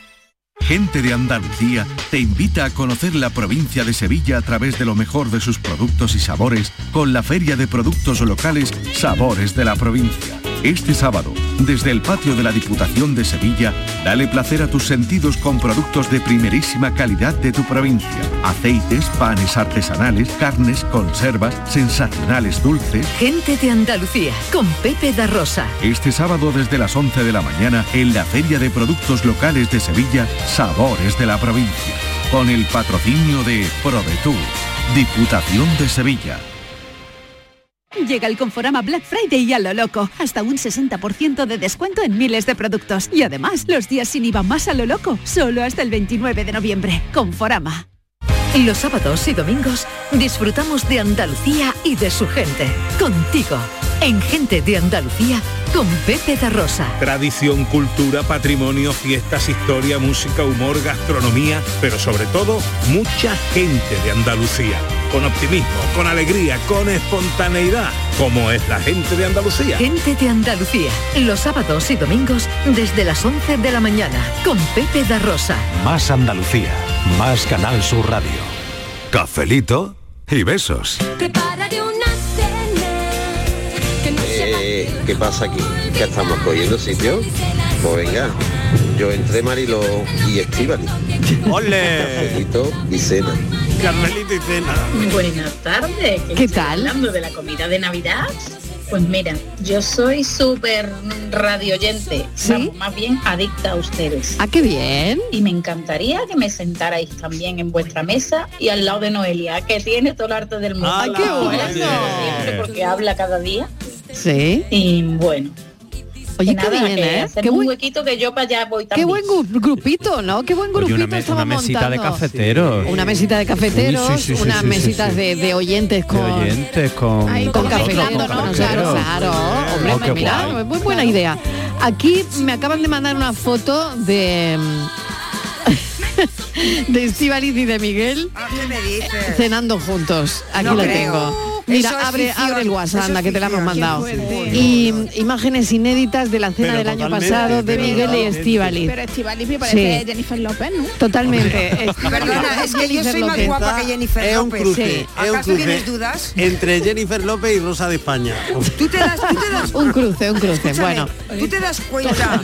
[SPEAKER 18] Gente de Andalucía te invita a conocer la provincia de Sevilla a través de lo mejor de sus productos y sabores con la Feria de Productos Locales Sabores de la Provincia. Este sábado, desde el patio de la Diputación de Sevilla, dale placer a tus sentidos con productos de primerísima calidad de tu provincia. Aceites, panes artesanales, carnes, conservas, sensacionales dulces.
[SPEAKER 26] Gente de Andalucía, con Pepe da Rosa.
[SPEAKER 18] Este sábado desde las 11 de la mañana en la Feria de Productos Locales de Sevilla, Sabores de la Provincia, con el patrocinio de ProDetour, Diputación de Sevilla.
[SPEAKER 24] Llega el Conforama Black Friday y a lo loco, hasta un 60% de descuento en miles de productos. Y además, los días sin IVA más a lo loco, solo hasta el 29 de noviembre. Conforama.
[SPEAKER 1] Los sábados y domingos disfrutamos de Andalucía y de su gente. Contigo, en Gente de Andalucía, con Pepe da Rosa.
[SPEAKER 27] Tradición, cultura, patrimonio, fiestas, historia, música, humor, gastronomía, pero sobre todo mucha gente de Andalucía. con optimismo, con alegría, con espontaneidad, como es la gente de Andalucía.
[SPEAKER 14] Gente de Andalucía, los sábados y domingos desde las 11 de la mañana con Pepe da Rosa.
[SPEAKER 23] Más Andalucía, más Canal Sur Radio. Cafelito y besos.
[SPEAKER 16] Prepárate una cena que no se
[SPEAKER 8] Eh, ¿Qué pasa aquí? ¿Qué estamos cogiendo sitio? Pues venga, yo entre Marilo y Estíbali.
[SPEAKER 4] ¡Ole!
[SPEAKER 8] Cafelito y cena.
[SPEAKER 4] Carmelito y cena.
[SPEAKER 9] Buenas tardes.
[SPEAKER 2] ¿Qué tal?
[SPEAKER 9] Hablando de la comida de Navidad. Pues mira, yo soy súper radioyente,
[SPEAKER 2] ¿Sí?
[SPEAKER 9] vamos, más bien adicta a ustedes.
[SPEAKER 2] Ah, qué bien.
[SPEAKER 9] Y me encantaría que me sentarais también en vuestra mesa y al lado de Noelia, que tiene todo el arte del mundo.
[SPEAKER 2] ¡Ah, qué bueno!
[SPEAKER 9] Siempre, Porque habla cada día.
[SPEAKER 2] Sí.
[SPEAKER 9] Y bueno.
[SPEAKER 2] Oye,
[SPEAKER 9] Que
[SPEAKER 2] qué
[SPEAKER 9] nada,
[SPEAKER 2] bien,
[SPEAKER 9] que
[SPEAKER 2] ¿eh?
[SPEAKER 9] hacemos
[SPEAKER 2] Qué
[SPEAKER 9] un
[SPEAKER 2] buen,
[SPEAKER 9] huequito que yo para allá voy
[SPEAKER 2] qué
[SPEAKER 9] también.
[SPEAKER 2] buen gru- grupito, ¿no? Qué buen grupito
[SPEAKER 9] Oye, una me-
[SPEAKER 2] estaba
[SPEAKER 9] una mesita
[SPEAKER 2] montando.
[SPEAKER 9] de
[SPEAKER 3] cafeteros.
[SPEAKER 2] Una mesita de cafeteros,
[SPEAKER 3] Sí, sí, sí,
[SPEAKER 2] unas
[SPEAKER 3] sí, sí,
[SPEAKER 2] mesitas
[SPEAKER 3] sí.
[SPEAKER 2] De, de oyentes con...
[SPEAKER 3] oyentes con,
[SPEAKER 2] Ahí, con cafeteros, ¿no? Claro, claro. Hombre,
[SPEAKER 3] Oh, qué
[SPEAKER 2] mira,
[SPEAKER 3] guay.
[SPEAKER 2] muy buena idea. Aquí me acaban de mandar una foto de... mm, de Estíbaliz y de Miguel
[SPEAKER 5] Ah, ¿Qué me dices?
[SPEAKER 2] cenando juntos. Aquí
[SPEAKER 5] No
[SPEAKER 2] lo
[SPEAKER 5] creo.
[SPEAKER 2] tengo.
[SPEAKER 5] Eso
[SPEAKER 2] Mira,
[SPEAKER 5] es
[SPEAKER 2] abre,
[SPEAKER 5] ficción,
[SPEAKER 2] abre el WhatsApp,
[SPEAKER 5] eso es
[SPEAKER 2] anda, que te la hemos
[SPEAKER 5] ficción.
[SPEAKER 2] mandado.
[SPEAKER 5] Qué fuerte.
[SPEAKER 2] Y mm, imágenes inéditas de la cena
[SPEAKER 6] Pero
[SPEAKER 2] del año
[SPEAKER 6] totalmente,
[SPEAKER 2] pasado de
[SPEAKER 6] pero
[SPEAKER 2] Miguel y
[SPEAKER 6] totalmente.
[SPEAKER 2] Estíbaliz.
[SPEAKER 6] Pero Estíbaliz me parece
[SPEAKER 2] Sí.
[SPEAKER 6] Jennifer López, ¿no?
[SPEAKER 2] Totalmente.
[SPEAKER 5] Perdona, es que yo soy más guapa que Jennifer
[SPEAKER 4] Es un
[SPEAKER 5] López.
[SPEAKER 4] cruce,
[SPEAKER 5] Sí.
[SPEAKER 4] es un
[SPEAKER 5] ¿Acaso
[SPEAKER 4] cruce
[SPEAKER 5] tienes dudas?
[SPEAKER 4] Entre Jennifer López y Rosa de España.
[SPEAKER 5] Tú te das, tú te das.
[SPEAKER 2] un cruce, un cruce.
[SPEAKER 5] Escúchame,
[SPEAKER 4] Bueno.
[SPEAKER 5] Tú te das cuenta.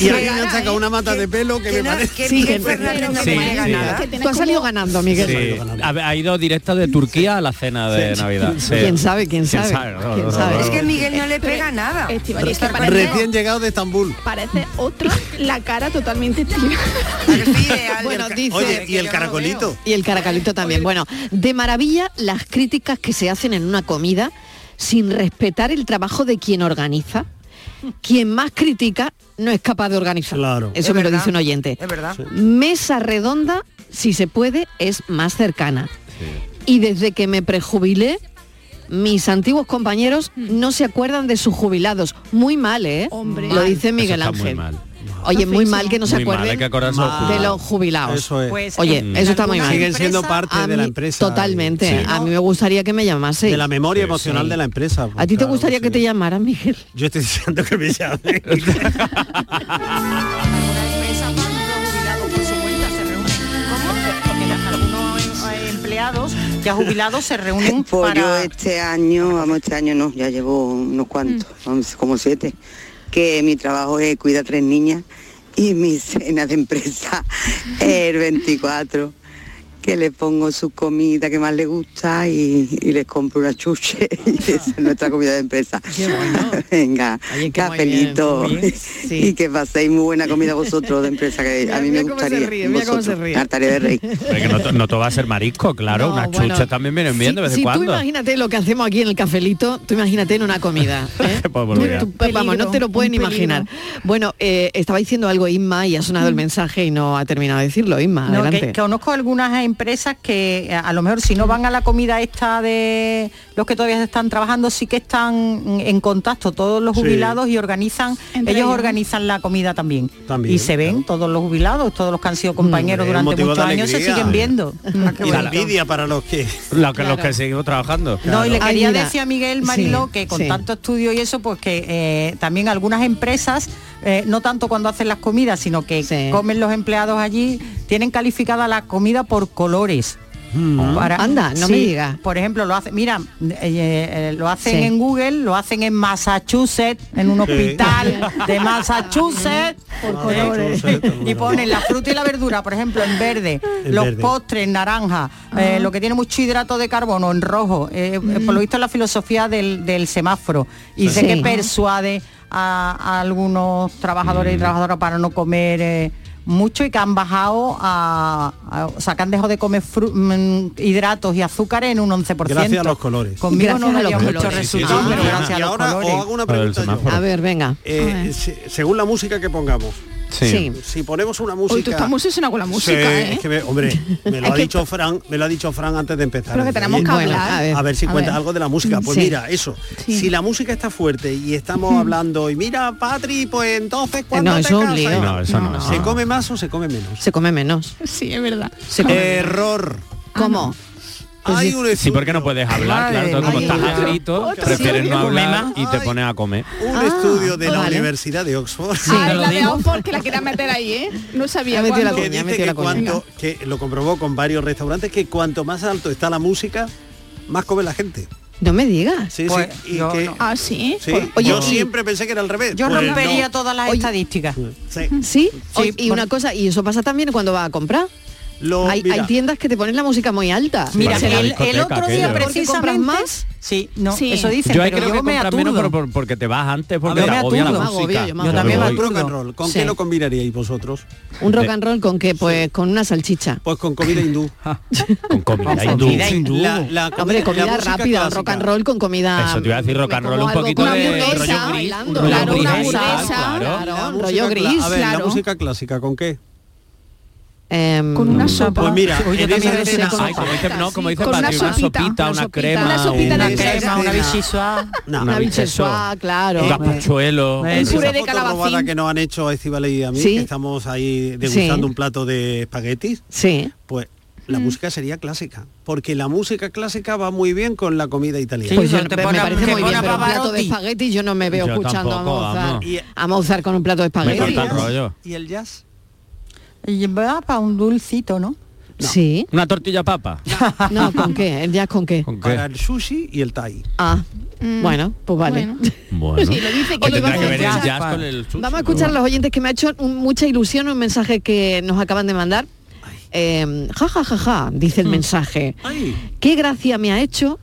[SPEAKER 4] Y aquí nos saca una mata de pelo que, me parece.
[SPEAKER 5] que Miguel Fernández no
[SPEAKER 3] Sí,
[SPEAKER 5] me gana
[SPEAKER 3] sí.
[SPEAKER 5] nada.
[SPEAKER 2] Tú has salido ganando, Miguel.
[SPEAKER 3] Sí, ha, ha ido directa de Turquía a la cena de
[SPEAKER 2] Sí.
[SPEAKER 3] Navidad. Sí.
[SPEAKER 2] ¿Quién sabe? ¿Quién sabe?
[SPEAKER 3] No,
[SPEAKER 2] ¿Quién
[SPEAKER 3] no,
[SPEAKER 2] sabe?
[SPEAKER 3] no, no.
[SPEAKER 5] Es que Miguel no le pega nada.
[SPEAKER 6] Estíbaliz, que Este parece-
[SPEAKER 4] Recién llegado de Estambul.
[SPEAKER 6] Parece otra la cara totalmente tira.
[SPEAKER 2] Bueno, dice-
[SPEAKER 4] Oye, y el caracolito.
[SPEAKER 2] Y el caracalito también. Bueno, de maravilla las críticas que se hacen en una comida sin respetar el trabajo de quien organiza. Quien más critica no es capaz de organizar. Eso
[SPEAKER 5] Es
[SPEAKER 2] me lo
[SPEAKER 5] verdad,
[SPEAKER 2] dice un oyente.
[SPEAKER 5] Es verdad.
[SPEAKER 2] Mesa redonda, si se puede, es más cercana. Y desde que me prejubilé, mis antiguos compañeros
[SPEAKER 4] Hmm.
[SPEAKER 2] no se acuerdan de sus jubilados. Muy mal, ¿eh? lo dice
[SPEAKER 3] Eso
[SPEAKER 2] Miguel
[SPEAKER 3] está
[SPEAKER 2] Ángel.
[SPEAKER 3] Muy mal.
[SPEAKER 2] Oye, muy mal que no se
[SPEAKER 3] Muy mal,
[SPEAKER 2] acuerden
[SPEAKER 3] hay que acordarse de los jubilados.
[SPEAKER 2] de los jubilados.
[SPEAKER 3] Eso es. Pues,
[SPEAKER 2] Oye,
[SPEAKER 3] en
[SPEAKER 2] eso está muy
[SPEAKER 3] algunas
[SPEAKER 2] mal.
[SPEAKER 3] Siguen siendo
[SPEAKER 4] empresas- parte
[SPEAKER 2] A
[SPEAKER 4] de la
[SPEAKER 2] mí-
[SPEAKER 4] empresa.
[SPEAKER 2] Totalmente.
[SPEAKER 4] Sí.
[SPEAKER 2] A mí me gustaría que me llamase.
[SPEAKER 4] De la memoria emocional de la empresa.
[SPEAKER 2] ¿A ti te gustaría que te llamara, Miguel?
[SPEAKER 4] Yo estoy deseando que me llame.
[SPEAKER 7] eh, empleados ya jubilados se reúnen
[SPEAKER 10] Pues yo
[SPEAKER 7] para
[SPEAKER 10] este año, vamos, este año no, ya llevo unos cuantos,
[SPEAKER 2] Mm.
[SPEAKER 10] vamos, como siete, que mi trabajo es cuidar a tres niñas y mi cena de empresa es el 24, que les pongo su comida que más les gusta y, y les compro una chuche y esa es nuestra comida de empresa. Venga, cafelito
[SPEAKER 2] muy bien, sí.
[SPEAKER 10] y que paséis muy buena comida vosotros de empresa, que a mí me
[SPEAKER 2] cómo se
[SPEAKER 10] gustaría.
[SPEAKER 2] ríe, mira cómo se
[SPEAKER 10] vosotros,
[SPEAKER 2] ríe.
[SPEAKER 10] Tartare de rey.
[SPEAKER 3] Pero que no, to- no todo va a ser marisco, claro.
[SPEAKER 2] No,
[SPEAKER 3] Unas
[SPEAKER 2] bueno.
[SPEAKER 3] chuches también vienen bien de vez en
[SPEAKER 2] si tú
[SPEAKER 3] cuando.
[SPEAKER 2] imagínate lo que hacemos aquí en el cafelito, tú imagínate en una comida. ¿eh?
[SPEAKER 3] Qué pobre idea.
[SPEAKER 2] Tú- pues, vamos, no te lo pueden imaginar. Bueno, eh, estaba diciendo algo Inma y ha sonado el mensaje y no ha terminado de decirlo. Inma,
[SPEAKER 7] No,
[SPEAKER 2] adelante.
[SPEAKER 7] que, que conozco algunas empresas que eh, a lo mejor si no van a la comida esta de los que todavía están trabajando, sí que están mm, en contacto todos los
[SPEAKER 1] Sí.
[SPEAKER 7] jubilados y organizan,
[SPEAKER 1] Entre
[SPEAKER 7] ellos
[SPEAKER 1] ellos.
[SPEAKER 7] organizan la comida también.
[SPEAKER 1] También,
[SPEAKER 7] y se ven todos los jubilados, todos los que han sido compañeros
[SPEAKER 4] Hombre, un
[SPEAKER 7] durante
[SPEAKER 4] motivo
[SPEAKER 7] muchos
[SPEAKER 4] de
[SPEAKER 7] años se
[SPEAKER 4] alegría. Ah,
[SPEAKER 7] siguen viendo. Mm.
[SPEAKER 4] y la envidia para los que...
[SPEAKER 3] Los que seguimos trabajando.
[SPEAKER 7] No, y le
[SPEAKER 3] Claro.
[SPEAKER 7] quería
[SPEAKER 2] Ay, Ah, mira.
[SPEAKER 7] decir a Miguel Mariló
[SPEAKER 2] Sí,
[SPEAKER 7] que con
[SPEAKER 2] sí.
[SPEAKER 7] tanto estudio y eso, pues que eh, también algunas empresas, eh, no tanto cuando hacen las comidas, sino que comen los empleados allí, tienen calificada la comida por colores. Ah. Para-
[SPEAKER 2] Mm. Anda, no
[SPEAKER 7] Sí,
[SPEAKER 2] me digas.
[SPEAKER 7] Por ejemplo, lo hacen, mira, eh, eh, lo hacen
[SPEAKER 2] Sí.
[SPEAKER 7] en Google, lo hacen en Massachusetts, en un
[SPEAKER 2] Sí.
[SPEAKER 7] hospital de Massachusetts.
[SPEAKER 2] Por
[SPEAKER 7] Eh,
[SPEAKER 2] colores.
[SPEAKER 7] Y ponen la fruta y la verdura, por ejemplo, en verde,
[SPEAKER 2] En
[SPEAKER 7] los
[SPEAKER 2] verde.
[SPEAKER 7] postres, en naranja, eh,
[SPEAKER 2] Ah.
[SPEAKER 7] lo que tiene mucho hidrato de carbono, en rojo. Eh, eh,
[SPEAKER 4] Mm.
[SPEAKER 7] Por lo visto es la filosofía del, del semáforo. Y
[SPEAKER 2] Sí.
[SPEAKER 7] sé que
[SPEAKER 2] Sí.
[SPEAKER 7] persuade a, a algunos
[SPEAKER 4] Mm.
[SPEAKER 7] trabajadores y trabajadoras para no comer. eh, mucho y que han bajado a, a- o sea que han dejado de comer fru- mm, hidratos y azúcares en un 11%.
[SPEAKER 4] Gracias a los colores.
[SPEAKER 7] Conmigo no
[SPEAKER 4] Gracias a
[SPEAKER 7] daría
[SPEAKER 4] los
[SPEAKER 7] mucho
[SPEAKER 4] colores.
[SPEAKER 7] resultado,
[SPEAKER 4] Sí, sí,
[SPEAKER 7] pero
[SPEAKER 4] sí.
[SPEAKER 7] gracias a
[SPEAKER 4] Y
[SPEAKER 7] los
[SPEAKER 4] ahora os
[SPEAKER 7] colores.
[SPEAKER 4] hago una pregunta yo.
[SPEAKER 2] A ver, venga.
[SPEAKER 4] Eh,
[SPEAKER 2] A ver.
[SPEAKER 4] se- según la música que pongamos.
[SPEAKER 2] Sí. Sí.
[SPEAKER 4] Si ponemos una música.
[SPEAKER 6] Hoy tú estás muy sesionado con la
[SPEAKER 4] Sí,
[SPEAKER 6] música, ¿eh?
[SPEAKER 4] es que me- hombre, me lo ha dicho Fran, me lo ha dicho Fran antes de empezar.
[SPEAKER 6] Pero que
[SPEAKER 4] Dice,
[SPEAKER 6] tenemos
[SPEAKER 4] oye,
[SPEAKER 6] que
[SPEAKER 4] bueno,
[SPEAKER 6] hablar.
[SPEAKER 4] A ver, a ver si
[SPEAKER 6] A
[SPEAKER 4] cuentas
[SPEAKER 6] ver.
[SPEAKER 4] algo de la música. Pues
[SPEAKER 6] Sí.
[SPEAKER 4] mira, eso.
[SPEAKER 6] Sí.
[SPEAKER 4] Si la música está fuerte y estamos hablando y mira, Patri, pues entonces cuando
[SPEAKER 2] no,
[SPEAKER 4] te
[SPEAKER 2] eso es un
[SPEAKER 4] casas?"
[SPEAKER 2] lío. No, eso no, eso
[SPEAKER 4] ¿Se
[SPEAKER 2] no.
[SPEAKER 4] come más o se come menos?
[SPEAKER 2] Se come menos.
[SPEAKER 6] Sí, es verdad.
[SPEAKER 2] Se come
[SPEAKER 4] Error.
[SPEAKER 2] ¿Cómo?
[SPEAKER 4] Hay un
[SPEAKER 3] Sí, porque no puedes hablar, claro. Entonces, como
[SPEAKER 4] Madre
[SPEAKER 3] estás a
[SPEAKER 4] mía.
[SPEAKER 3] grito,
[SPEAKER 4] Otra
[SPEAKER 3] prefieres no
[SPEAKER 4] historia.
[SPEAKER 3] hablar y te pones a comer.
[SPEAKER 4] un estudio
[SPEAKER 2] Ah,
[SPEAKER 4] de la Universidad de Oxford.
[SPEAKER 6] Ay, la de Oxford que la quería meter ahí, ¿eh? No sabía cuándo.
[SPEAKER 4] que dice que, cuanto, que lo comprobó con varios restaurantes que cuanto más alto está la música, más come la gente.
[SPEAKER 2] No me digas.
[SPEAKER 4] Sí, sí. Y que,
[SPEAKER 6] Ah, sí.
[SPEAKER 4] sí,
[SPEAKER 2] Oye,
[SPEAKER 4] yo
[SPEAKER 2] y-
[SPEAKER 4] siempre pues, pensé que era al revés.
[SPEAKER 2] Yo rompería
[SPEAKER 7] todas las estadísticas.
[SPEAKER 4] Sí.
[SPEAKER 2] ¿Sí? Oye, y
[SPEAKER 7] por-
[SPEAKER 2] una cosa, y eso pasa también cuando vas a comprar.
[SPEAKER 4] Lo-
[SPEAKER 2] hay,
[SPEAKER 7] mira.
[SPEAKER 2] hay tiendas que te ponen la música muy alta.
[SPEAKER 7] Mira,
[SPEAKER 2] Se la-
[SPEAKER 7] el, el otro día
[SPEAKER 2] ¿Por qué compras
[SPEAKER 7] precisamente
[SPEAKER 2] más?
[SPEAKER 7] Sí, no,
[SPEAKER 2] Sí.
[SPEAKER 7] eso dicen,
[SPEAKER 3] yo ahí
[SPEAKER 7] pero
[SPEAKER 3] creo
[SPEAKER 7] yo
[SPEAKER 3] que
[SPEAKER 7] me
[SPEAKER 3] compras menos
[SPEAKER 7] aturdo.
[SPEAKER 3] por- por- porque te vas antes, porque
[SPEAKER 7] Yo
[SPEAKER 3] te
[SPEAKER 7] me
[SPEAKER 3] agobia la
[SPEAKER 7] aturdo.
[SPEAKER 3] música.
[SPEAKER 2] Agobio, yo me
[SPEAKER 4] Yo también
[SPEAKER 3] voy.
[SPEAKER 4] rock and roll. ¿Con
[SPEAKER 2] Sí.
[SPEAKER 4] qué lo combinaríais vosotros?
[SPEAKER 2] Un rock and roll con qué? Pues con una salchicha.
[SPEAKER 4] Pues con comida hindú.
[SPEAKER 3] con comida hindú.
[SPEAKER 4] La, la comida- la
[SPEAKER 2] Hombre, comida
[SPEAKER 4] música
[SPEAKER 2] rápida,
[SPEAKER 4] clásica.
[SPEAKER 2] rock and roll con comida.
[SPEAKER 3] Eso te iba a decir rock and roll un
[SPEAKER 2] algo
[SPEAKER 3] poquito
[SPEAKER 2] con
[SPEAKER 3] de
[SPEAKER 2] hamburguesa,
[SPEAKER 3] rollo gris.
[SPEAKER 2] bailando,
[SPEAKER 3] rollo
[SPEAKER 2] claro, una
[SPEAKER 3] gris,
[SPEAKER 2] hamburguesa,
[SPEAKER 3] claro.
[SPEAKER 2] claro,
[SPEAKER 4] La
[SPEAKER 2] un
[SPEAKER 4] música
[SPEAKER 2] rollo
[SPEAKER 4] cla-
[SPEAKER 2] gris,
[SPEAKER 4] A ver, la
[SPEAKER 2] claro.
[SPEAKER 4] música clásica, ¿con qué?
[SPEAKER 2] con
[SPEAKER 4] una sopa. Pues mira,
[SPEAKER 3] Uy, yo
[SPEAKER 4] en
[SPEAKER 3] también
[SPEAKER 4] esa
[SPEAKER 3] decía
[SPEAKER 4] escena-
[SPEAKER 3] sopa. Ay, como dice- no, como dice
[SPEAKER 2] con
[SPEAKER 3] Patri,
[SPEAKER 2] una
[SPEAKER 3] una
[SPEAKER 2] sopita,
[SPEAKER 3] sopita, una crema,
[SPEAKER 2] Una sopita
[SPEAKER 3] una
[SPEAKER 2] de
[SPEAKER 3] crema,
[SPEAKER 2] queso.
[SPEAKER 3] una
[SPEAKER 7] bichisua.
[SPEAKER 4] No,
[SPEAKER 2] Una bichisua,
[SPEAKER 3] bichessoa,
[SPEAKER 2] claro.
[SPEAKER 3] Un
[SPEAKER 4] pues.
[SPEAKER 3] gazpachuelo.
[SPEAKER 2] Un puré de
[SPEAKER 4] Esa foto robada
[SPEAKER 2] calabacín.
[SPEAKER 4] que nos han hecho a Estivale y a mí,
[SPEAKER 2] Sí.
[SPEAKER 4] que estamos ahí degustando
[SPEAKER 2] Sí.
[SPEAKER 4] un plato de espaguetis,
[SPEAKER 2] Sí. Mm.
[SPEAKER 4] pues la música sería clásica, porque la música clásica va muy bien con la comida italiana.
[SPEAKER 2] Pues yo- me parece muy bien, pero un plato de espagueti yo no me veo
[SPEAKER 4] Yo
[SPEAKER 2] escuchando
[SPEAKER 4] tampoco,
[SPEAKER 2] a Mozart.
[SPEAKER 4] vamos. Y-
[SPEAKER 2] A Mozart con un plato de espagueti.
[SPEAKER 4] ¿Y el jazz?
[SPEAKER 7] Y va para un dulcito, ¿no?
[SPEAKER 2] Sí.
[SPEAKER 3] Una tortilla papa.
[SPEAKER 2] No, ¿con qué? ¿El jazz con qué?
[SPEAKER 4] Para el sushi y el thai.
[SPEAKER 2] Ah, bueno, pues vale.
[SPEAKER 3] Bueno.
[SPEAKER 2] Sí, lo dice que
[SPEAKER 3] Oye,
[SPEAKER 2] lo
[SPEAKER 3] tendrá
[SPEAKER 2] vamos
[SPEAKER 3] que
[SPEAKER 2] a
[SPEAKER 3] ver el
[SPEAKER 2] escuchar.
[SPEAKER 3] jazz con el sushi,
[SPEAKER 2] Vamos a escuchar a
[SPEAKER 3] pero
[SPEAKER 2] los oyentes que me ha hecho un- mucha ilusión un mensaje que nos acaban de mandar. Eh, ja, ja, ja, ja, dice el mensaje. Qué gracia me ha hecho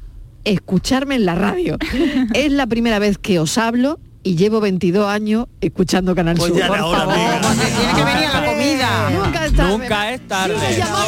[SPEAKER 2] escucharme en la radio. es la primera vez que os hablo y llevo 22 años escuchando Canal
[SPEAKER 3] Pues
[SPEAKER 2] Sur. Por favor.
[SPEAKER 7] Tiene que venir a la comida.
[SPEAKER 2] Nunca es tarde.
[SPEAKER 3] Nunca es tarde.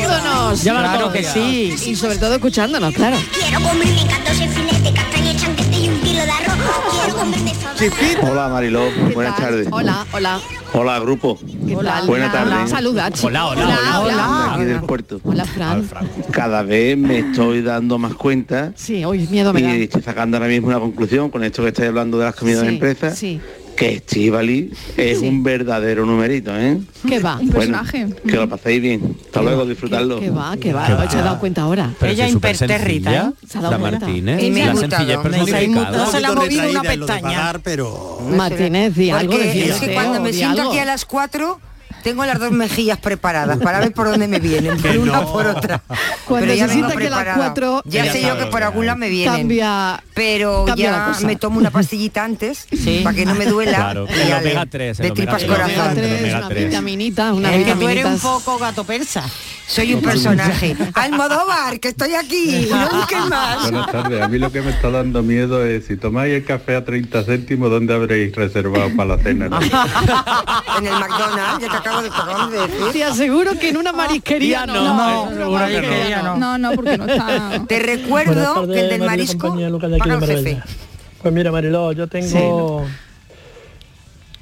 [SPEAKER 2] Llamándonos.
[SPEAKER 3] Llámanos todos los días.
[SPEAKER 2] Y sobre todo escuchándonos, claro.
[SPEAKER 16] Quiero comerme 14 filetes de castaño, chanquete y un kilo de arroz. Quiero comerme sopa.
[SPEAKER 8] Hola Mariló, buenas tardes.
[SPEAKER 2] Hola, hola.
[SPEAKER 8] Hola grupo.
[SPEAKER 2] ¿Qué tal?
[SPEAKER 8] Buenas tardes.
[SPEAKER 2] Saluda, chico.
[SPEAKER 8] hola,
[SPEAKER 2] hola.
[SPEAKER 8] Aquí del puerto.
[SPEAKER 2] Hola, Fran.
[SPEAKER 8] Cada vez me estoy dando más cuenta
[SPEAKER 2] Sí, hoy miedo me da.
[SPEAKER 8] y estoy sacando ahora mismo una conclusión con esto que estáis hablando de las comidas de
[SPEAKER 2] Sí,
[SPEAKER 8] empresa,
[SPEAKER 2] sí.
[SPEAKER 8] que Estivali es un verdadero numerito, ¿eh?
[SPEAKER 2] ¿Qué va?
[SPEAKER 8] Un Bueno, Que lo paséis bien. Hasta luego, disfrutarlo.
[SPEAKER 2] Mm. ¿Qué va? ¿Qué va?
[SPEAKER 8] Qué
[SPEAKER 2] Se ha dado cuenta ahora.
[SPEAKER 8] Pero Ella si es súper impertérrita, sencilla, ¿eh?
[SPEAKER 2] Se ha dado
[SPEAKER 8] la
[SPEAKER 2] cuenta.
[SPEAKER 8] Martínez,
[SPEAKER 2] Ella
[SPEAKER 8] la
[SPEAKER 2] es
[SPEAKER 8] sencillez
[SPEAKER 2] mutada,
[SPEAKER 8] personificada.
[SPEAKER 2] hombre.
[SPEAKER 8] No se le ha
[SPEAKER 2] Un poquito
[SPEAKER 7] movido una
[SPEAKER 2] retraída en lo de
[SPEAKER 7] pestaña.
[SPEAKER 4] pagar, pero...
[SPEAKER 2] Martínez, di algo
[SPEAKER 5] Porque
[SPEAKER 2] de
[SPEAKER 5] es que cuando me siento aquí a las 4 tengo las dos mejillas preparadas para ver por dónde me vienen, por una por otra.
[SPEAKER 2] Cuando
[SPEAKER 5] pero ya
[SPEAKER 2] se
[SPEAKER 5] vengo
[SPEAKER 2] sienta aquí a las
[SPEAKER 5] preparada.
[SPEAKER 2] cuatro,
[SPEAKER 5] ya
[SPEAKER 2] Ya
[SPEAKER 5] sé yo
[SPEAKER 2] sabes,
[SPEAKER 5] que por algún lado me vienen.
[SPEAKER 2] Cambia-
[SPEAKER 5] pero
[SPEAKER 2] cambia la
[SPEAKER 5] ya
[SPEAKER 2] cosa.
[SPEAKER 5] me tomo una pastillita antes para que no me duela.
[SPEAKER 3] Claro,
[SPEAKER 5] y
[SPEAKER 3] el
[SPEAKER 5] ya
[SPEAKER 3] omega
[SPEAKER 5] de-
[SPEAKER 3] 3, el
[SPEAKER 5] de
[SPEAKER 3] omega
[SPEAKER 5] tripas
[SPEAKER 3] 3.
[SPEAKER 5] corazón.
[SPEAKER 3] El omega
[SPEAKER 2] Una
[SPEAKER 3] 3.
[SPEAKER 2] vitaminita, una
[SPEAKER 7] Es que tú eres
[SPEAKER 2] vitaminita.
[SPEAKER 7] un poco gato persa.
[SPEAKER 5] Soy un personaje. Almodóvar, que estoy aquí. No busques más.
[SPEAKER 20] Buenas tardes, a mí lo que me está dando miedo es si tomáis el café a 30 céntimos, ¿dónde habréis reservado para la cena? no?
[SPEAKER 5] en el McDonald's, ya te acabo de acabar de decir.
[SPEAKER 2] Te aseguro que en una marisquería no. En una
[SPEAKER 5] no, seguro que no.
[SPEAKER 2] marisquería
[SPEAKER 6] No, no, porque no está.
[SPEAKER 5] Te
[SPEAKER 11] Buenas
[SPEAKER 5] recuerdo
[SPEAKER 11] tardes,
[SPEAKER 5] que el del
[SPEAKER 11] Mariló
[SPEAKER 5] marisco
[SPEAKER 11] compañía, Lucas de aquí
[SPEAKER 5] paga
[SPEAKER 11] de
[SPEAKER 5] el jefe.
[SPEAKER 11] Marbella. Pues mira, Mariló, yo tengo...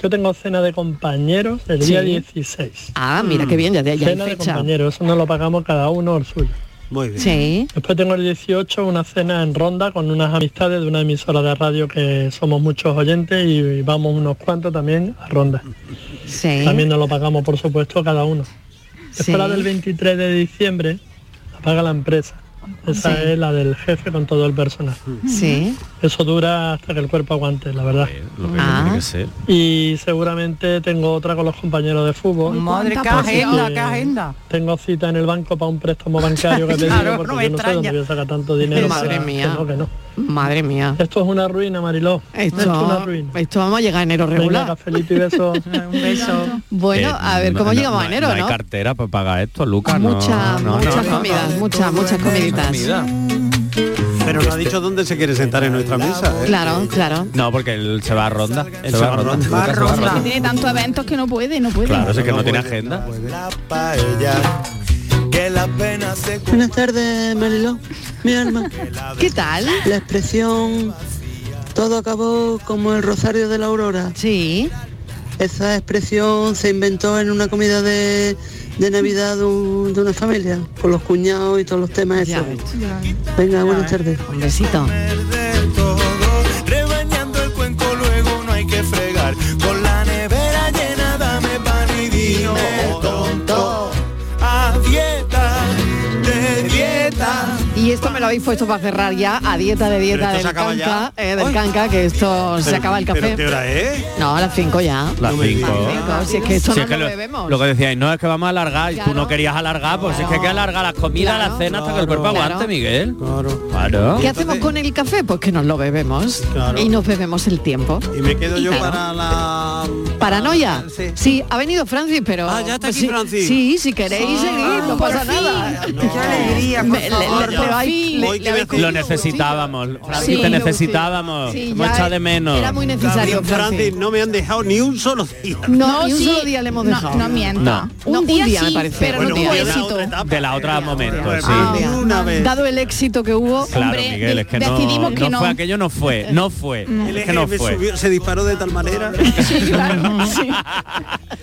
[SPEAKER 11] Yo tengo cena de compañeros el día
[SPEAKER 2] Sí.
[SPEAKER 11] 16.
[SPEAKER 2] Ah, mira qué bien, ya, ya hay
[SPEAKER 11] Cena de
[SPEAKER 2] fecha.
[SPEAKER 11] compañeros, eso nos lo pagamos cada uno el suyo.
[SPEAKER 4] Muy
[SPEAKER 11] bien.
[SPEAKER 2] Sí.
[SPEAKER 11] Después tengo el 18 una cena en ronda con unas amistades de una emisora de radio que somos muchos oyentes y vamos unos cuantos también a ronda.
[SPEAKER 2] Sí.
[SPEAKER 11] También nos lo pagamos, por supuesto, cada uno. Después
[SPEAKER 2] Sí.
[SPEAKER 11] la del 23 de diciembre la paga la empresa. Esa es la del jefe con todo el personal.
[SPEAKER 2] Sí.
[SPEAKER 11] Eso dura hasta que el cuerpo aguante, la verdad.
[SPEAKER 3] Lo que
[SPEAKER 2] Ah.
[SPEAKER 3] tiene que ser.
[SPEAKER 11] Y seguramente tengo otra con los compañeros de fútbol.
[SPEAKER 7] Madre, qué
[SPEAKER 2] pues,
[SPEAKER 7] agenda, qué agenda.
[SPEAKER 11] Tengo cita en el banco para un préstamo bancario que he pedido
[SPEAKER 7] Claro,
[SPEAKER 11] porque
[SPEAKER 7] no me
[SPEAKER 11] yo no sé dónde
[SPEAKER 7] extraña.
[SPEAKER 11] voy a sacar tanto dinero.
[SPEAKER 2] Madre
[SPEAKER 11] para-
[SPEAKER 2] mía.
[SPEAKER 11] que no, que no.
[SPEAKER 2] Madre mía.
[SPEAKER 11] Esto es una ruina, Mariló.
[SPEAKER 2] Esto,
[SPEAKER 11] Esto es una ruina.
[SPEAKER 2] esto vamos a llegar a enero regular.
[SPEAKER 11] Venga, cafelito y beso.
[SPEAKER 7] Un beso.
[SPEAKER 2] Bueno,
[SPEAKER 3] Eh,
[SPEAKER 2] a ver
[SPEAKER 3] no-
[SPEAKER 2] cómo
[SPEAKER 3] no-
[SPEAKER 2] llegamos a
[SPEAKER 3] no-
[SPEAKER 2] enero, ¿no?
[SPEAKER 3] No hay cartera para pagar esto, Lucas. no,
[SPEAKER 2] Mucha-
[SPEAKER 3] no,
[SPEAKER 2] muchas
[SPEAKER 3] no, no.
[SPEAKER 2] comidas, muchas, muchas comiditas.
[SPEAKER 3] Comida.
[SPEAKER 4] Pero no ha dicho dónde se quiere sentar en nuestra mesa. ¿eh?
[SPEAKER 2] Claro, claro.
[SPEAKER 3] No, porque él se va a ronda. Él se va a ronda. Lucas se va a
[SPEAKER 6] Es que
[SPEAKER 3] ronda.
[SPEAKER 6] tiene tantos eventos que no puede, no puede.
[SPEAKER 3] Claro, sé que no tiene agenda.
[SPEAKER 12] Buenas tardes, Mariló, mi alma.
[SPEAKER 2] ¿Qué tal?
[SPEAKER 12] La expresión todo acabó como el rosario de la aurora.
[SPEAKER 2] Sí.
[SPEAKER 12] Esa expresión se inventó en una comida de, de Navidad de, un- de una familia, con los cuñados y todos los temas esos. Venga, buenas tardes.
[SPEAKER 2] Un besito.
[SPEAKER 13] Rebañando el cuenco luego no hay que fregar. Con la nevera llena dame pan y dime tonto. A dieta, de dieta.
[SPEAKER 2] Y esto me me lo habéis puesto para cerrar ya a dieta de dieta
[SPEAKER 4] esto se
[SPEAKER 2] del
[SPEAKER 4] acaba ya.
[SPEAKER 2] canca, eh, del canca, que esto se
[SPEAKER 4] Pero-
[SPEAKER 2] acaba el
[SPEAKER 4] pero
[SPEAKER 2] café.
[SPEAKER 4] ¿qué hora es?
[SPEAKER 2] No, a las 5 ya.
[SPEAKER 3] Las cinco.
[SPEAKER 2] Cinco, si es que esto
[SPEAKER 3] Si
[SPEAKER 2] no
[SPEAKER 3] es que
[SPEAKER 2] lo
[SPEAKER 3] lo,
[SPEAKER 2] bebemos.
[SPEAKER 3] lo que decíais, no es que vamos a alargar, y tú no querías alargar, pues es que hay que alargar las comidas, las cenas hasta que el cuerpo aguante, Miguel. Claro.
[SPEAKER 2] ¿Qué hacemos con el café? Pues que nos lo bebemos y nos bebemos el tiempo.
[SPEAKER 4] Y me quedo yo
[SPEAKER 2] claro.
[SPEAKER 4] para la...
[SPEAKER 2] ¿Paranoia? Sí. ha venido Francis, pero...
[SPEAKER 4] Ah, ya está
[SPEAKER 2] pues
[SPEAKER 4] aquí
[SPEAKER 2] sí,
[SPEAKER 4] Francis. Ah,
[SPEAKER 2] Sí, si queréis seguir,
[SPEAKER 5] Ah,
[SPEAKER 2] no pasa nada. Me- le- le- pero hay- le- le habéis
[SPEAKER 3] Lo necesitábamos, Francis, te necesitábamos,
[SPEAKER 2] Sí,
[SPEAKER 3] te
[SPEAKER 2] ya
[SPEAKER 3] hemos echado de menos.
[SPEAKER 2] era muy necesario,
[SPEAKER 4] Francis, Francis, no me han dejado ni un solo día.
[SPEAKER 2] No, ni un solo día le hemos dejado.
[SPEAKER 6] No, miento.
[SPEAKER 3] No.
[SPEAKER 2] No, un día, me parece.
[SPEAKER 3] Bueno,
[SPEAKER 2] tuvo
[SPEAKER 3] un día de
[SPEAKER 2] éxito.
[SPEAKER 3] la otra- de la otra momento, sí.
[SPEAKER 2] Dado el éxito que hubo,
[SPEAKER 3] Claro,
[SPEAKER 2] hombre,
[SPEAKER 3] Miguel, es que no,
[SPEAKER 2] decidimos
[SPEAKER 3] no
[SPEAKER 2] que no. Mm.
[SPEAKER 3] fue aquello, no fue, no fue,
[SPEAKER 4] El
[SPEAKER 3] es que no
[SPEAKER 4] EGM
[SPEAKER 3] fue.
[SPEAKER 4] subió- se disparó de tal manera.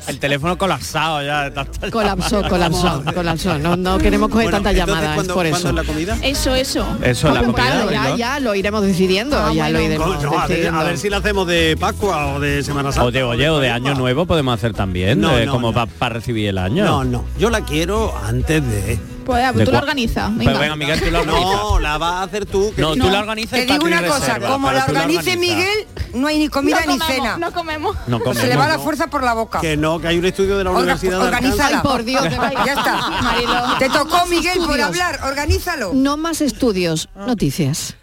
[SPEAKER 3] El teléfono colapsado ya. de tanta-
[SPEAKER 2] colapsó, colapsó, colapsó. No, no queremos coger tantas llamadas, es por eso.
[SPEAKER 6] Eso, eso.
[SPEAKER 3] Eso, la comida,
[SPEAKER 2] Claro, ya,
[SPEAKER 3] ¿verdad?
[SPEAKER 2] ya lo iremos decidiendo, ya lo iremos
[SPEAKER 4] No, a, ver,
[SPEAKER 2] decidiendo.
[SPEAKER 4] a ver si la hacemos de Pascua o de Semana Santa.
[SPEAKER 3] O de oye, o de año nuevo podemos hacer también,
[SPEAKER 4] No,
[SPEAKER 3] eh,
[SPEAKER 4] no,
[SPEAKER 3] como para recibir el año.
[SPEAKER 4] No, no, yo la quiero antes de...
[SPEAKER 6] Pues a ver,
[SPEAKER 3] ¿De
[SPEAKER 6] tú lo
[SPEAKER 3] cua-
[SPEAKER 6] organizas.
[SPEAKER 3] Pues venga, Miguel, tú lo
[SPEAKER 4] No,
[SPEAKER 3] organizas.
[SPEAKER 4] la vas a hacer tú. que-
[SPEAKER 3] No, tú la organizas
[SPEAKER 5] Te digo una cosa, como la organice Miguel, no hay ni comida
[SPEAKER 6] No
[SPEAKER 5] ni
[SPEAKER 6] comemos,
[SPEAKER 5] cena. No
[SPEAKER 6] comemos.
[SPEAKER 3] No
[SPEAKER 5] Se le
[SPEAKER 3] comemos,
[SPEAKER 5] va la
[SPEAKER 3] no.
[SPEAKER 5] fuerza por la boca.
[SPEAKER 4] Que no, que hay un estudio de la
[SPEAKER 5] Orga-
[SPEAKER 4] Universidad de Arkansas.
[SPEAKER 5] organízala.
[SPEAKER 2] por Dios, de verdad.
[SPEAKER 5] ya está. Te tocó
[SPEAKER 2] Más
[SPEAKER 5] Miguel por
[SPEAKER 2] estudios.
[SPEAKER 5] hablar, organízalo.
[SPEAKER 2] No más estudios, noticias.